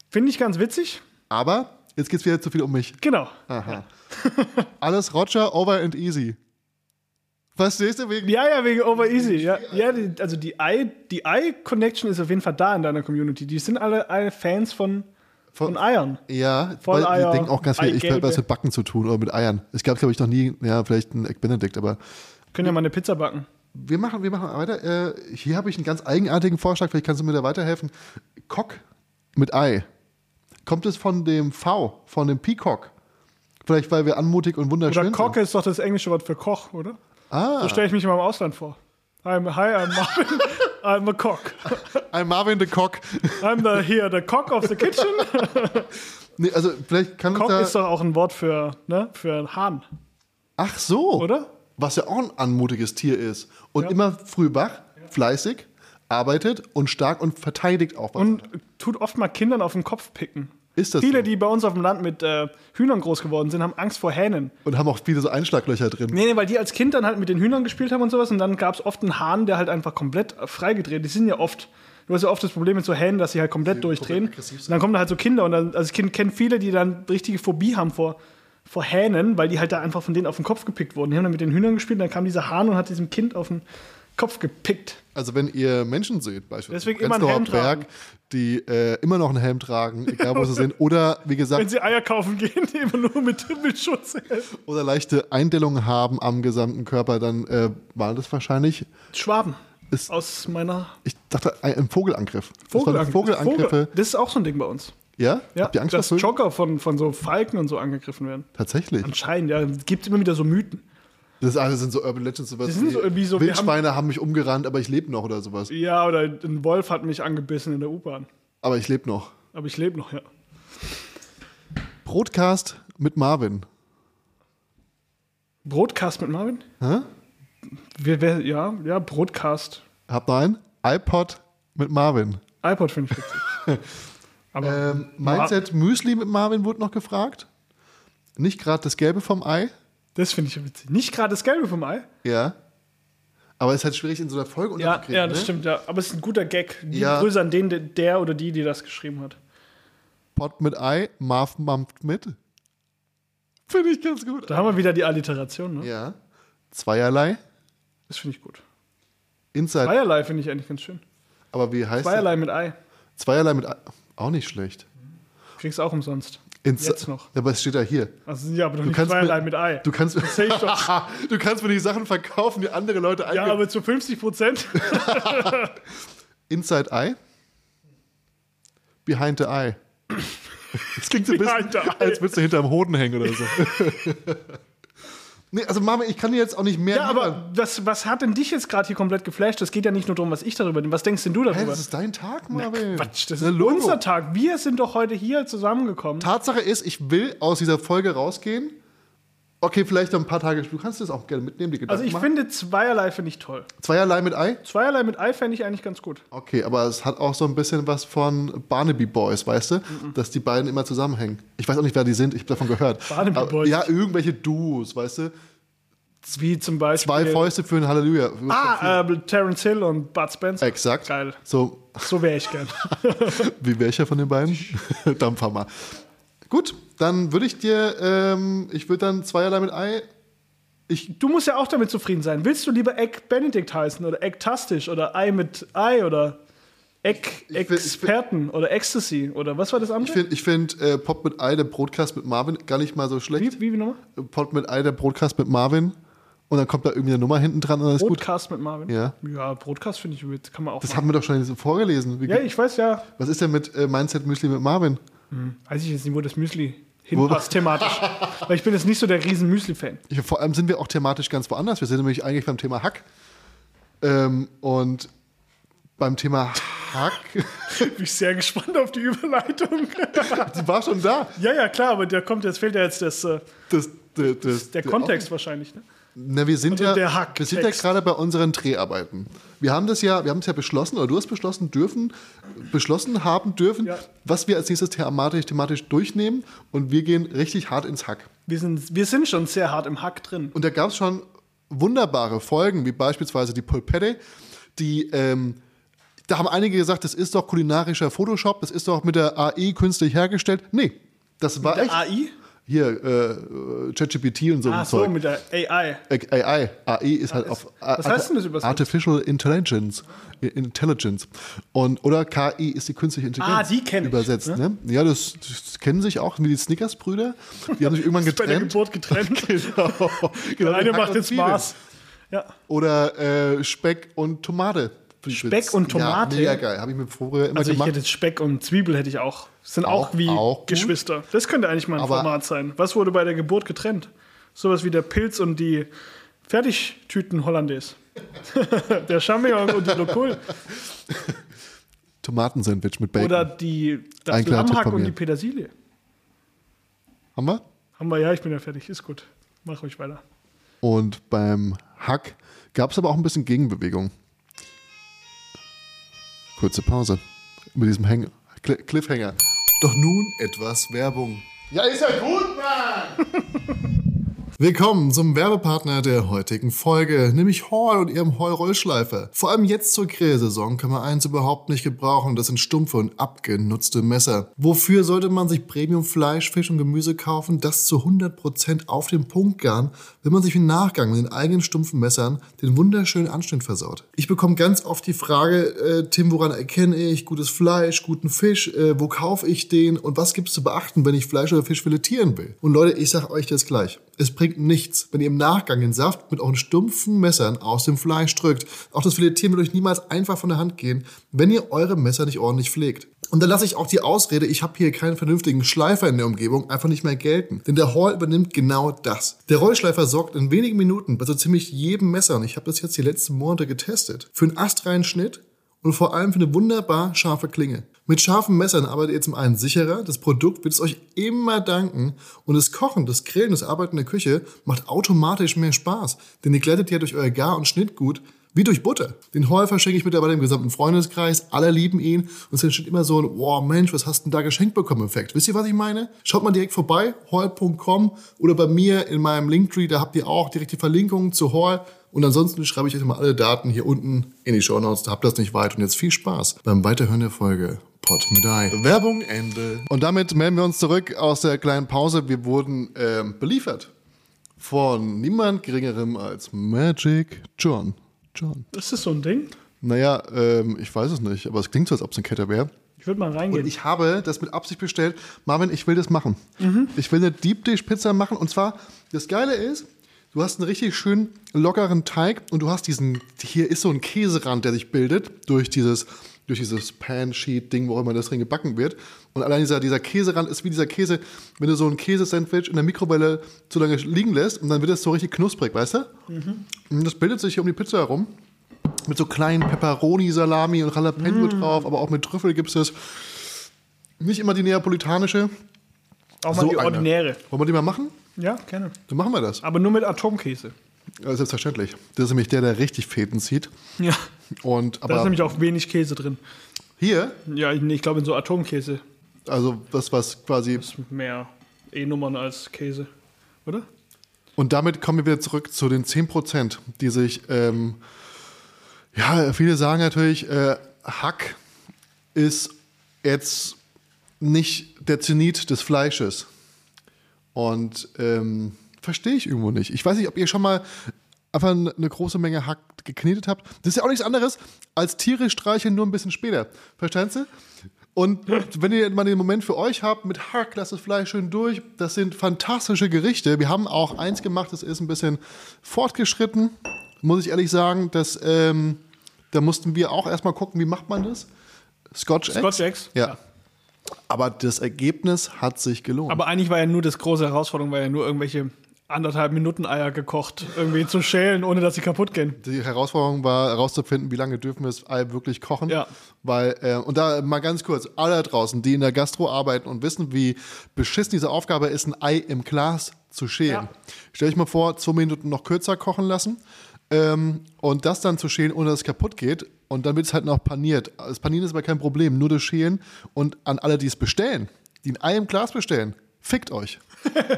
S3: Finde ich ganz witzig.
S2: Aber jetzt geht's wieder zu viel um mich.
S3: Genau.
S2: Aha. Alles Roger, over and easy. Verstehst du wegen.
S3: Ja, ja, wegen Over Easy. Ja, ja die, also die Eye, die Eye Connection ist auf jeden Fall da in deiner Community. Die sind alle, alle Fans von, von Eiern.
S2: Ja,
S3: Voll
S2: weil
S3: Eier,
S2: die denken auch ganz viel, ich
S3: Eigelbe.
S2: habe was mit Backen zu tun oder mit Eiern. Es gab, glaube ich, noch nie, ja, vielleicht ein Egg Benedict, aber
S3: Können ja mal eine Pizza backen.
S2: wir machen, wir machen weiter. Äh, hier habe ich einen ganz eigenartigen Vorschlag, vielleicht kannst du mir da weiterhelfen. Cock mit Ei. Kommt es von dem V, von dem Peacock? Vielleicht, weil wir anmutig und wunderschön
S3: Oder Koch ist doch das englische Wort für Koch, oder?
S2: Ah.
S3: So stelle ich mich immer im Ausland vor. I'm, hi, I'm <laughs> Marvin. I'm a cock.
S2: sind. Ein Marvin the Cock.
S3: I'm the, here the cock of the kitchen.
S2: <laughs> Nee, also vielleicht kann
S3: Cock
S2: uns
S3: ist
S2: da...
S3: doch auch ein Wort für, ne, für einen Hahn,
S2: Ach so.
S3: oder?
S2: was ja auch ein anmutiges Tier ist. Und immer früh wach, fleißig, arbeitet und stark und verteidigt auch was.
S3: Und tut oft mal Kindern auf den Kopf picken.
S2: Ist das
S3: Viele,
S2: so?
S3: die bei uns auf dem Land mit äh, Hühnern groß geworden sind, haben Angst vor Hähnen.
S2: Und haben auch viele so Einschlaglöcher drin.
S3: Nee, nee, weil die als Kind dann halt mit den Hühnern gespielt haben und sowas und dann gab es oft einen Hahn, der halt einfach komplett freigedreht. Die sind ja oft, du hast ja oft das Problem mit so Hähnen, dass sie halt komplett durchdrehen.
S2: aggressiv sind.
S3: und dann kommen da halt so Kinder und dann, als Kind kennen viele, die dann richtige Phobie haben vor, vor Hähnen, weil die halt da einfach von denen auf den Kopf gepickt wurden. Die haben dann mit den Hühnern gespielt und dann kam dieser Hahn und hat diesem Kind auf den Kopf gepickt.
S2: Also wenn ihr Menschen seht, beispielsweise
S3: Deswegen immer einen Helm
S2: Prenzlauer Berg, die äh, immer noch einen Helm tragen, egal wo sie sind, oder wie
S3: Wenn
S2: gesagt,
S3: sie Eier kaufen gehen, die immer nur mit, mit Schutz.
S2: oder leichte Eindellungen haben am gesamten Körper, dann äh, war das wahrscheinlich,
S3: Schwaben.
S2: Ist-
S3: aus meiner
S2: ich dachte, ein, ein Vogelangriff. Das waren
S3: Vogelangriff.
S2: Vogelangriffe.
S3: Vogel. Das ist auch so ein Ding bei uns.
S2: Ja?
S3: Ja,
S2: Habt ihr Angst vor
S3: dass
S2: Vögeln?
S3: Jogger von, von so Falken und so angegriffen werden.
S2: Tatsächlich.
S3: Anscheinend, ja. Gibt immer wieder so Mythen.
S2: Das alles sind so Urban Legends, sowas.
S3: Das sind
S2: wie
S3: so irgendwie so, wir
S2: Wildschweine haben, mich umgerannt, aber ich lebe noch oder sowas.
S3: Ja, oder ein Wolf hat mich angebissen in der U-Bahn.
S2: Aber ich lebe noch.
S3: Aber ich lebe noch, ja.
S2: Broadcast mit Marvin.
S3: Broadcast mit Marvin?
S2: Hä?
S3: Wir, wer, ja, ja, Broadcast.
S2: Hab noch einen. iPod mit Marvin.
S3: iPod finde ich witzig.
S2: <laughs>
S3: Aber
S2: Ähm, Mindset Müsli mit Marvin wurde noch gefragt. Nicht gerade das Gelbe vom Ei.
S3: das finde ich witzig. Nicht gerade das Gelbe vom Ei.
S2: Ja. Aber es ist halt schwierig in so einer Folge
S3: Ja,
S2: unterzukriegen.
S3: ja, das
S2: ne?
S3: stimmt, ja. Aber es ist ein guter Gag. Liebe
S2: Ja.
S3: Grüße an den, der- der oder die, die das geschrieben hat.
S2: Pot mit Ei, Marv mampft mit. Finde ich ganz gut.
S3: Da haben wir wieder die Alliteration, ne?
S2: Ja. Zweierlei.
S3: Das finde ich gut.
S2: Inside.
S3: Zweierlei finde ich eigentlich ganz schön.
S2: Aber wie heißt
S3: Zweierlei mit Ei.
S2: das? Zweierlei mit Ei. Auch nicht schlecht.
S3: Kriegst auch umsonst.
S2: Ins-
S3: Jetzt noch.
S2: Ja, aber es steht da hier.
S3: Also, ja, aber doch nicht
S2: kannst mir-
S3: zweierlei mit Ei.
S2: Du kannst,
S3: sehe ich doch.
S2: <laughs> du kannst mir die Sachen verkaufen, die andere Leute
S3: ja,
S2: eingeben.
S3: aber zu 50 Prozent.
S2: Inside Eye. Behind the Eye. Das klingt so ein
S3: Behind
S2: bisschen,
S3: the Eye.
S2: als würdest du hinterm Hoden hängen
S3: <laughs>
S2: oder so. nee, also Mama, ich kann dir jetzt auch nicht mehr
S3: ja,
S2: liefern.
S3: aber was, was hat denn dich jetzt gerade hier komplett geflasht? Das geht ja nicht nur darum, was ich darüber denke. Was denkst denn du darüber?
S2: Hey, das ist dein Tag, Marvin.
S3: Quatsch, das
S2: Na,
S3: ist
S2: Logo.
S3: unser Tag. Wir sind doch heute hier zusammengekommen.
S2: Tatsache ist, ich will aus dieser Folge rausgehen Okay, vielleicht noch ein paar Tage. Du kannst das auch gerne mitnehmen, die Gedanken
S3: Also ich
S2: machen.
S3: finde zweierlei finde ich toll.
S2: Zweierlei mit Ei?
S3: Zweierlei mit Ei fände ich eigentlich ganz gut.
S2: Okay, aber es hat auch so ein bisschen was von Barnaby Boys, weißt du?
S3: Mhm.
S2: Dass die beiden immer zusammenhängen. Ich weiß auch nicht, wer die sind, ich habe davon gehört.
S3: Barnaby
S2: aber,
S3: Boys.
S2: Ja, irgendwelche Duos, weißt du?
S3: Wie zum Beispiel.
S2: Zwei Fäuste für ein Halleluja.
S3: Ah, äh, Terence Hill und Bud Spencer.
S2: Exakt.
S3: Geil.
S2: So,
S3: So wäre ich gern.
S2: wie welcher von den
S3: <laughs>
S2: beiden? Dampfhammer. Gut, dann würde ich dir, ähm, ich würde dann zweierlei mit Ei. Ich,
S3: Du musst ja auch damit zufrieden sein. Willst du lieber Egg Benedict heißen oder Eggtastisch oder Ei mit Ei oder Egg
S2: Ich will- ich will-
S3: Experten oder Ecstasy oder was war das
S2: ich
S3: andere?
S2: finde ich find, äh, Pop mit Ei, der Broadcast mit Marvin, gar nicht mal so schlecht.
S3: wie, wie, wie nochmal?
S2: Pop mit Ei, der Broadcast mit Marvin. Und dann kommt da irgendwie eine Nummer hinten dran und dann ist gut.
S3: Broadcast mit Marvin.
S2: Ja.
S3: Ja, Broadcast finde ich gut. Kann man auch.
S2: Das
S3: machen.
S2: haben wir doch schon vorgelesen. Wie,
S3: Ja, ich weiß ja.
S2: Was ist denn mit äh, Mindset Müsli mit Marvin?
S3: Weiß ich jetzt nicht, wo das Müsli
S2: Wo- <laughs>
S3: hinpasst thematisch. Weil ich bin jetzt nicht so der riesen Müsli-Fan.
S2: Ich, vor allem sind wir auch thematisch ganz woanders. Wir sind nämlich eigentlich beim Thema Hack. Ähm, und beim Thema Hack,
S3: Bin ich sehr gespannt auf die Überleitung.
S2: die war schon da.
S3: ja, ja, klar, aber der kommt jetzt, fehlt ja jetzt das, äh,
S2: Das, das, das,
S3: der Kontext wahrscheinlich. Ne?
S2: Na, wir sind
S3: Also
S2: ja,
S3: der Hack-
S2: wir sind ja
S3: Text.
S2: gerade bei unseren Dreharbeiten. Wir haben das ja, wir haben es ja beschlossen, oder du hast beschlossen dürfen, beschlossen haben dürfen,
S3: Ja.
S2: was wir als nächstes thematisch, thematisch durchnehmen und wir gehen richtig hart ins Hack.
S3: Wir, sind, wir sind schon sehr hart im Hack drin.
S2: Und da gab es schon wunderbare Folgen, wie beispielsweise die Polpette, die, ähm, da haben einige gesagt, das ist doch kulinarischer Photoshop, das ist doch mit der AI künstlich hergestellt. Nee, das war echt.
S3: AI?
S2: Hier, äh, ChatGPT und so
S3: Ach
S2: ein
S3: so,
S2: Zeug.
S3: mit der AI.
S2: Äh, AI, AI ist halt
S3: Ah, ist-
S2: auf
S3: was
S2: Ar-
S3: heißt denn das übersetzt?
S2: Artificial Intelligence, Intelligence und oder KI ist die künstliche Intelligenz
S3: Ah, die kenn ich,
S2: übersetzt. ne? Ja, das, das kennen sich auch wie die Snickers-Brüder. Die haben sich irgendwann
S3: <laughs> Bei der
S2: getrennt.
S3: Geburt getrennt.
S2: genau, <laughs>
S3: Der
S2: genau,
S3: eine
S2: Hack
S3: macht
S2: und
S3: jetzt
S2: Zwiebeln.
S3: Mars. Ja.
S2: Oder äh, Speck und Tomate.
S3: Speck und Tomate?
S2: Ja, mega geil. Habe ich mir früher immer
S3: Also ich
S2: gemacht.
S3: hätte jetzt Speck und Zwiebel hätte ich auch. Sind auch,
S2: Auch-
S3: wie
S2: auch gut.
S3: Geschwister. Das könnte eigentlich mal ein
S2: Aber-
S3: Format sein. Was wurde bei der Geburt getrennt? Sowas wie der Pilz und die Fertigtüten Hollandaise. <laughs> der Champignon und die Lokul.
S2: Tomatensandwich mit Bacon.
S3: Oder die, das
S2: Ein kleiner Tipp
S3: Lammhack
S2: von
S3: und
S2: mir.
S3: die Petersilie.
S2: Haben wir?
S3: Haben wir, ja, ich bin ja fertig. Ist gut. Mach ruhig weiter.
S2: Und beim Hack gab es aber auch ein bisschen Gegenbewegung. Kurze Pause. Mit diesem Häng Cl- Cliffhanger. Doch nun etwas Werbung. Ja, ist ja gut, Mann! Willkommen zum Werbepartner der heutigen Folge, nämlich Hall und ihrem Hall-Rollschleifer. Vor allem jetzt zur Grillsaison kann man eins überhaupt nicht gebrauchen, das sind stumpfe und abgenutzte Messer. Wofür sollte man sich Premium-Fleisch, Fisch und Gemüse kaufen, das zu 100% auf den Punkt garen, wenn man sich im Nachgang mit den eigenen stumpfen Messern den wunderschönen Anschnitt versaut? Ich bekomme ganz oft die Frage, äh, Tim, woran erkenne ich gutes Fleisch, guten Fisch, äh, wo kaufe ich den und was gibt es zu beachten, wenn ich Fleisch oder Fisch filetieren will? Und Leute, ich sage euch das gleich. Es bringt nichts, wenn ihr im Nachgang den Saft mit euren stumpfen Messern aus dem Fleisch drückt. Auch das Filetieren wird euch niemals einfach von der Hand gehen, wenn ihr eure Messer nicht ordentlich pflegt. Und dann lasse ich auch die Ausrede, ich habe hier keinen vernünftigen Schleifer in der Umgebung, einfach nicht mehr gelten. Denn der Hall übernimmt genau das. Der Rollschleifer sorgt in wenigen Minuten bei so ziemlich jedem Messer, und ich habe das jetzt die letzten Monate getestet, für einen astreinen Schnitt und vor allem für eine wunderbar scharfe Klinge. Mit scharfen Messern arbeitet ihr zum einen sicherer, das Produkt wird es euch immer danken und das Kochen, das Grillen, das Arbeiten in der Küche macht automatisch mehr Spaß, denn ihr glättet ja durch euer Gar- und Schnittgut wie durch Butter. Den Heuer verschenke ich mittlerweile im gesamten Freundeskreis, alle lieben ihn und es entsteht immer so ein, wow Mensch, was hast du denn da geschenkt bekommen Effekt. Wisst ihr, was ich meine? Schaut mal direkt vorbei, heuer.com oder bei mir in meinem Linktree, da habt ihr auch direkt die Verlinkung zu Heuer und ansonsten schreibe ich euch mal alle Daten hier unten in die Shownotes. Da habt ihr das nicht weit. Und jetzt viel Spaß beim Weiterhören der Folge. Pot mit Ei. Werbung Ende. Und damit melden wir uns zurück aus der kleinen Pause. Wir wurden ähm, beliefert von niemand geringerem als Magic John. John.
S3: Ist das so ein Ding?
S2: Naja, ähm, ich weiß es nicht, aber es klingt so, als ob es eine Kette wäre.
S3: Ich würde mal
S2: Und
S3: reingehen.
S2: ich habe das mit Absicht bestellt. Marvin, ich will das machen. Ich will eine Deep Dish Pizza machen. Und zwar, das Geile ist, du hast einen richtig schönen lockeren Teig und du hast diesen, hier ist so ein Käserand, der sich bildet durch dieses, durch dieses Pan-Sheet-Ding, wo auch immer das drin gebacken wird. Und allein dieser, dieser Käserand ist wie dieser Käse, wenn du so ein Käsesandwich in der Mikrowelle zu lange liegen lässt und dann wird das so richtig knusprig, weißt du? Und das bildet sich hier um die Pizza herum. Mit so kleinen Pepperoni-Salami und Jalapeno drauf, aber auch mit Trüffel gibt es das. Nicht immer die neapolitanische.
S3: Auch mal die
S2: eine.
S3: ordinäre. Ah.
S2: Wollen wir die mal machen?
S3: Ja, gerne.
S2: Dann machen wir das.
S3: Aber nur mit Atomkäse.
S2: Ja, Selbstverständlich. Das ist nämlich der, der richtig Fäden zieht.
S3: Ja.
S2: Und
S3: Da ist
S2: aber
S3: nämlich auch wenig Käse drin.
S2: hier,
S3: Ja, ich, nee, ich glaube in so Atomkäse
S2: also das, was quasi.
S3: ist mehr E-Nummern als Käse, oder?
S2: Und damit kommen wir wieder zurück zu den 10%, die sich, ähm, ja, viele sagen natürlich, äh, Hack ist jetzt nicht der Zenit des Fleisches. Und ähm, verstehe ich irgendwo nicht. Ich weiß nicht, ob ihr schon mal einfach eine große Menge Hack geknetet habt. Das ist ja auch nichts anderes als Tiere streicheln, nur ein bisschen später. Verstehst du? Und wenn ihr mal den Moment für euch habt, mit Hack, lasst das Fleisch schön durch. Das sind fantastische Gerichte. Wir haben auch eins gemacht, das ist ein bisschen fortgeschritten. Muss ich ehrlich sagen, dass, ähm, da mussten wir auch erstmal gucken, wie macht man das? Scotch Eggs.
S3: Scotch Eggs?
S2: Ja. Aber das Ergebnis hat sich gelohnt.
S3: Aber eigentlich war ja nur das große Herausforderung, war ja nur irgendwelche anderthalb Minuten Eier gekocht, irgendwie zu schälen, ohne dass sie kaputt gehen.
S2: Die Herausforderung war herauszufinden, wie lange dürfen wir das Ei wirklich kochen.
S3: Ja.
S2: Weil, äh, und da mal ganz kurz, alle da draußen, die in der Gastro arbeiten und wissen, wie beschissen diese Aufgabe ist, ein Ei im Glas zu schälen.
S3: Ja.
S2: Stell ich mal vor, zwei Minuten noch kürzer kochen lassen ähm, und das dann zu schälen, ohne dass es kaputt geht. Und dann wird es halt noch paniert. Das Panieren ist aber kein Problem, nur das Schälen. Und an alle, die es bestellen, die ein Ei im Glas bestellen, fickt
S3: <laughs>
S2: euch.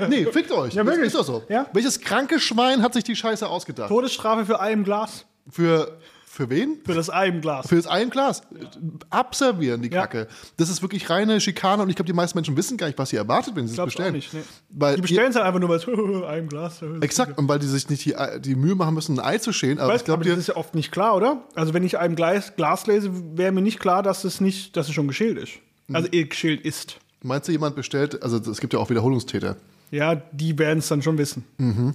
S2: nee, fickt euch.
S3: Ja, wirklich.
S2: Ist doch so.
S3: Ja.
S2: Welches kranke Schwein hat sich die Scheiße ausgedacht?
S3: Todesstrafe für Ei im Glas.
S2: Für, für wen?
S3: Für das Ei im Glas.
S2: Für das ein Glas. Abservieren die
S3: Ja.
S2: Kacke. Das ist wirklich reine Schikane und ich glaube, die meisten Menschen wissen gar nicht, was sie erwartet, wenn sie es
S3: Glaub's auch
S2: bestellen.
S3: nicht, nee.
S2: Weil
S3: die bestellen es halt einfach nur, weil es <laughs> Ei im Glas.
S2: Exakt, und weil die sich nicht die, die Mühe machen müssen, ein Ei zu schälen. Aber ich
S3: Weißt,
S2: glaube,
S3: aber das
S2: dir,
S3: ist ja oft nicht klar, oder? Also wenn ich einem Glas, Glas lese, wäre mir nicht klar, dass es nicht, dass es schon geschält ist.
S2: Mhm.
S3: Also eh geschält ist.
S2: meinst du, jemand bestellt, also es gibt ja auch Wiederholungstäter.
S3: Ja, die werden es dann schon wissen.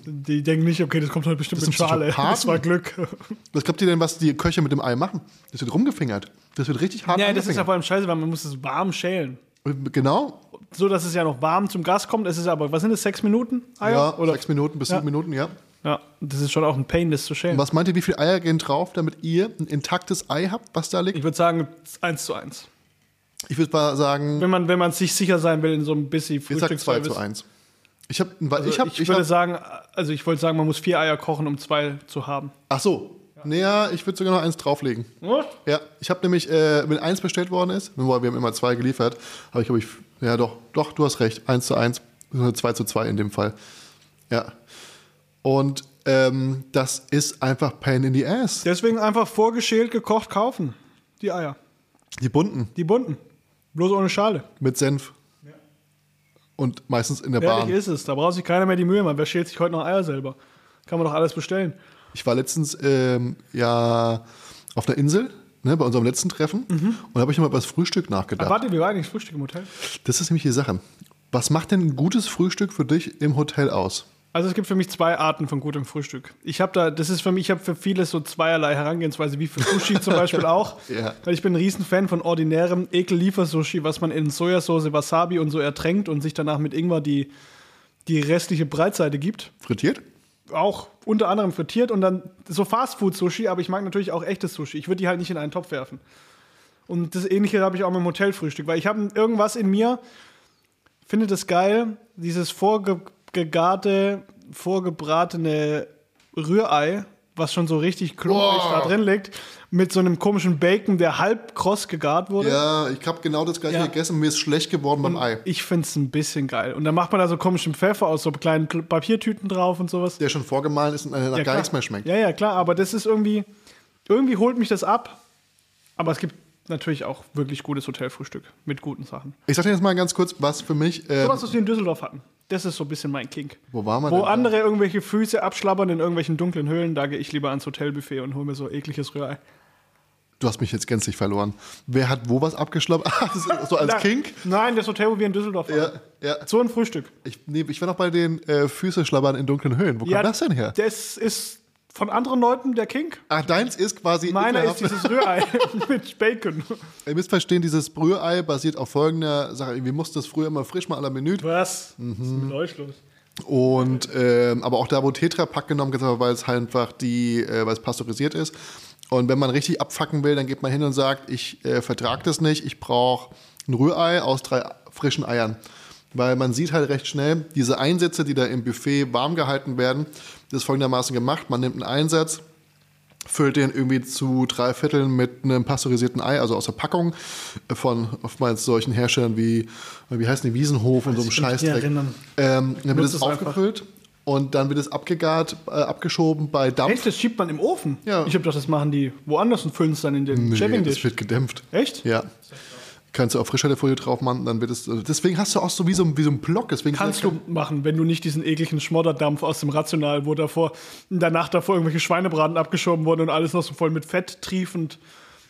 S3: Die denken nicht, okay, das kommt halt bestimmt
S2: Mhm. Das
S3: mit
S2: sind
S3: Schale. <laughs>
S2: Psychopathen.
S3: Das war Glück.
S2: Was glaubt ihr denn, was die Köche mit dem Ei machen? Das wird rumgefingert. Das wird richtig hart
S3: Ja, das ist ja
S2: angefingert.
S3: vor allem scheiße, weil man muss es warm schälen.
S2: Genau,
S3: So, dass es ja noch warm zum Gas kommt. Es ist aber, was sind das, sechs Minuten Eier?
S2: ja,
S3: oder?
S2: sechs Minuten bis sieben Minuten, ja.
S3: Ja, das ist schon auch ein Pain, das zu schälen.
S2: Was meint ihr, wie viele Eier gehen drauf, damit ihr ein intaktes Ei habt, was da liegt?
S3: Ich würde sagen, eins zu eins.
S2: Ich würde mal sagen,
S3: Wenn man, wenn man sich sicher sein will in so einem busy
S2: Ich sag 2 zu
S3: Frühstücksservice.
S2: 1. Ich habe,
S3: Also
S2: ich habe,
S3: ich, würde sagen, also ich wollte sagen, man muss vier Eier kochen, um zwei zu haben.
S2: ach so. Naja, ich würde sogar noch eins drauflegen. Ja, ich habe nämlich, äh, wenn eins bestellt worden ist, wobei wir haben immer zwei geliefert, habe ich, glaube ich, ja doch, doch, du hast recht, 1 zu 1, 2 zu 2 in dem Fall. Ja. Und ähm, das ist einfach Pain in the Ass.
S3: Deswegen einfach vorgeschält, gekocht kaufen. Die Eier.
S2: Die bunten
S3: Die bunten. Bloß ohne Schale.
S2: mit Senf. Und meistens in der Bahn.
S3: Ehrlich ist es. Da braucht sich keiner mehr die Mühe machen. Wer schält sich heute noch Eier selber? Kann man doch alles bestellen.
S2: Ich war letztens ähm, ja auf einer Insel, ne, bei unserem letzten Treffen, und habe ich nochmal über das Frühstück nachgedacht.
S3: Mhm. Aber warte, wir waren eigentlich Frühstück im Hotel.
S2: Das ist nämlich die Sache. Was macht denn ein gutes Frühstück für dich im Hotel aus?
S3: Also es gibt für mich zwei Arten von gutem Frühstück. Ich habe da, das ist für mich, ich habe für vieles so zweierlei Herangehensweise, wie für Sushi zum Beispiel auch.
S2: Ja.
S3: Weil ich bin ein Riesenfan von ordinärem Ekel-Liefer-Sushi, was man in Sojasauce, Wasabi und so ertränkt und sich danach mit Ingwer die, die restliche Breitseite gibt.
S2: Frittiert?
S3: Auch unter anderem frittiert und dann so Fastfood-Sushi, aber ich mag natürlich auch echtes Sushi. Ich würde die halt nicht in einen Topf werfen. Und das Ähnliche habe ich auch mit dem Hotelfrühstück, weil ich habe irgendwas in mir, finde das geil, dieses vorgegarte, vorgebratene Rührei, was schon so richtig klumpig
S2: Boah.
S3: da drin liegt, mit so einem komischen Bacon, der halb kross gegart wurde.
S2: Ja, ich habe genau das gleiche
S3: Ja. Hm.
S2: gegessen. Mir ist schlecht geworden beim Ei.
S3: Ich finde es ein bisschen geil. Und dann macht man da so komischen Pfeffer aus so kleinen Kl- Papiertüten drauf und sowas.
S2: Der schon vorgemahlen ist und einer nach gar
S3: Ja, klar.
S2: nichts mehr schmeckt.
S3: Ja, ja, klar, aber das ist irgendwie, irgendwie holt mich das ab. Aber es gibt natürlich auch wirklich gutes Hotelfrühstück mit guten Sachen.
S2: Ich sag dir jetzt mal ganz kurz, was für mich. ähm,
S3: So was, was wir in Düsseldorf hatten. Das ist so ein bisschen mein Kink.
S2: Wo waren wir
S3: Wo
S2: denn da?
S3: andere irgendwelche Füße abschlabbern in irgendwelchen dunklen Höhlen, da gehe ich lieber ans Hotelbuffet und hole mir so ekliges Rührei.
S2: du hast mich jetzt gänzlich verloren. Wer hat wo was abgeschlappt? <laughs> Ah, das ist so als
S3: Na,
S2: Kink?
S3: Nein, das Hotel, wo wir in Düsseldorf waren.
S2: Ja, ja.
S3: So ein Frühstück.
S2: Ich, nee, ich war noch bei den äh, Füße schlabbern in dunklen Höhlen. Wo kommt das denn her?
S3: Das ist von anderen Leuten
S2: <laughs>
S3: der Kink.
S2: Ah, deins ist quasi.
S3: Meiner
S2: ekelhaft.
S3: ist dieses Rührei <laughs> mit Bacon.
S2: Ihr müsst verstehen, dieses Brührei basiert auf folgender Sache. Wir mussten das früher immer frisch mal à la Menü
S3: Was?
S2: Mhm.
S3: Was ist mit euch los?
S2: Und ähm, aber auch da, wo Tetra Pack genommen wird, weil es halt einfach die, äh, weil es pasteurisiert ist. Und wenn man richtig abfacken will, dann geht man hin und sagt, ich äh, vertrage das nicht, ich brauche ein Rührei aus drei frischen Eiern. Weil man sieht halt recht schnell, diese Einsätze, die da im Buffet warm gehalten werden, das ist folgendermaßen gemacht. Man nimmt einen Einsatz, füllt den irgendwie zu drei Vierteln mit einem pasteurisierten Ei, also aus der Packung, äh, von oftmals solchen Herstellern wie, wie heißen die, Wiesenhof und so einem
S3: Ich kann mich nicht
S2: Scheißdreck.
S3: erinnern.
S2: Ähm, dann wird
S3: Nutzt
S2: es
S3: es einfach.
S2: aufgefüllt und dann wird es abgegart, äh, abgeschoben bei Dampf.
S3: Echt, das schiebt man im Ofen?
S2: Ja.
S3: Ich hab gedacht, das machen die woanders und füllen es dann in den
S2: Nee,
S3: Chevy
S2: das
S3: Dish.
S2: wird gedämpft.
S3: Echt?
S2: Ja. Kannst du auf Frischhaltefolie drauf machen, dann wird es. also Deswegen hast du auch so wie so, ein- wie so ein Block. Deswegen
S3: Kannst du machen, wenn du nicht diesen ekligen Schmodderdampf aus dem Rational, wo davor, danach davor irgendwelche Schweinebraten abgeschoben wurden und alles noch so voll mit Fett triefend.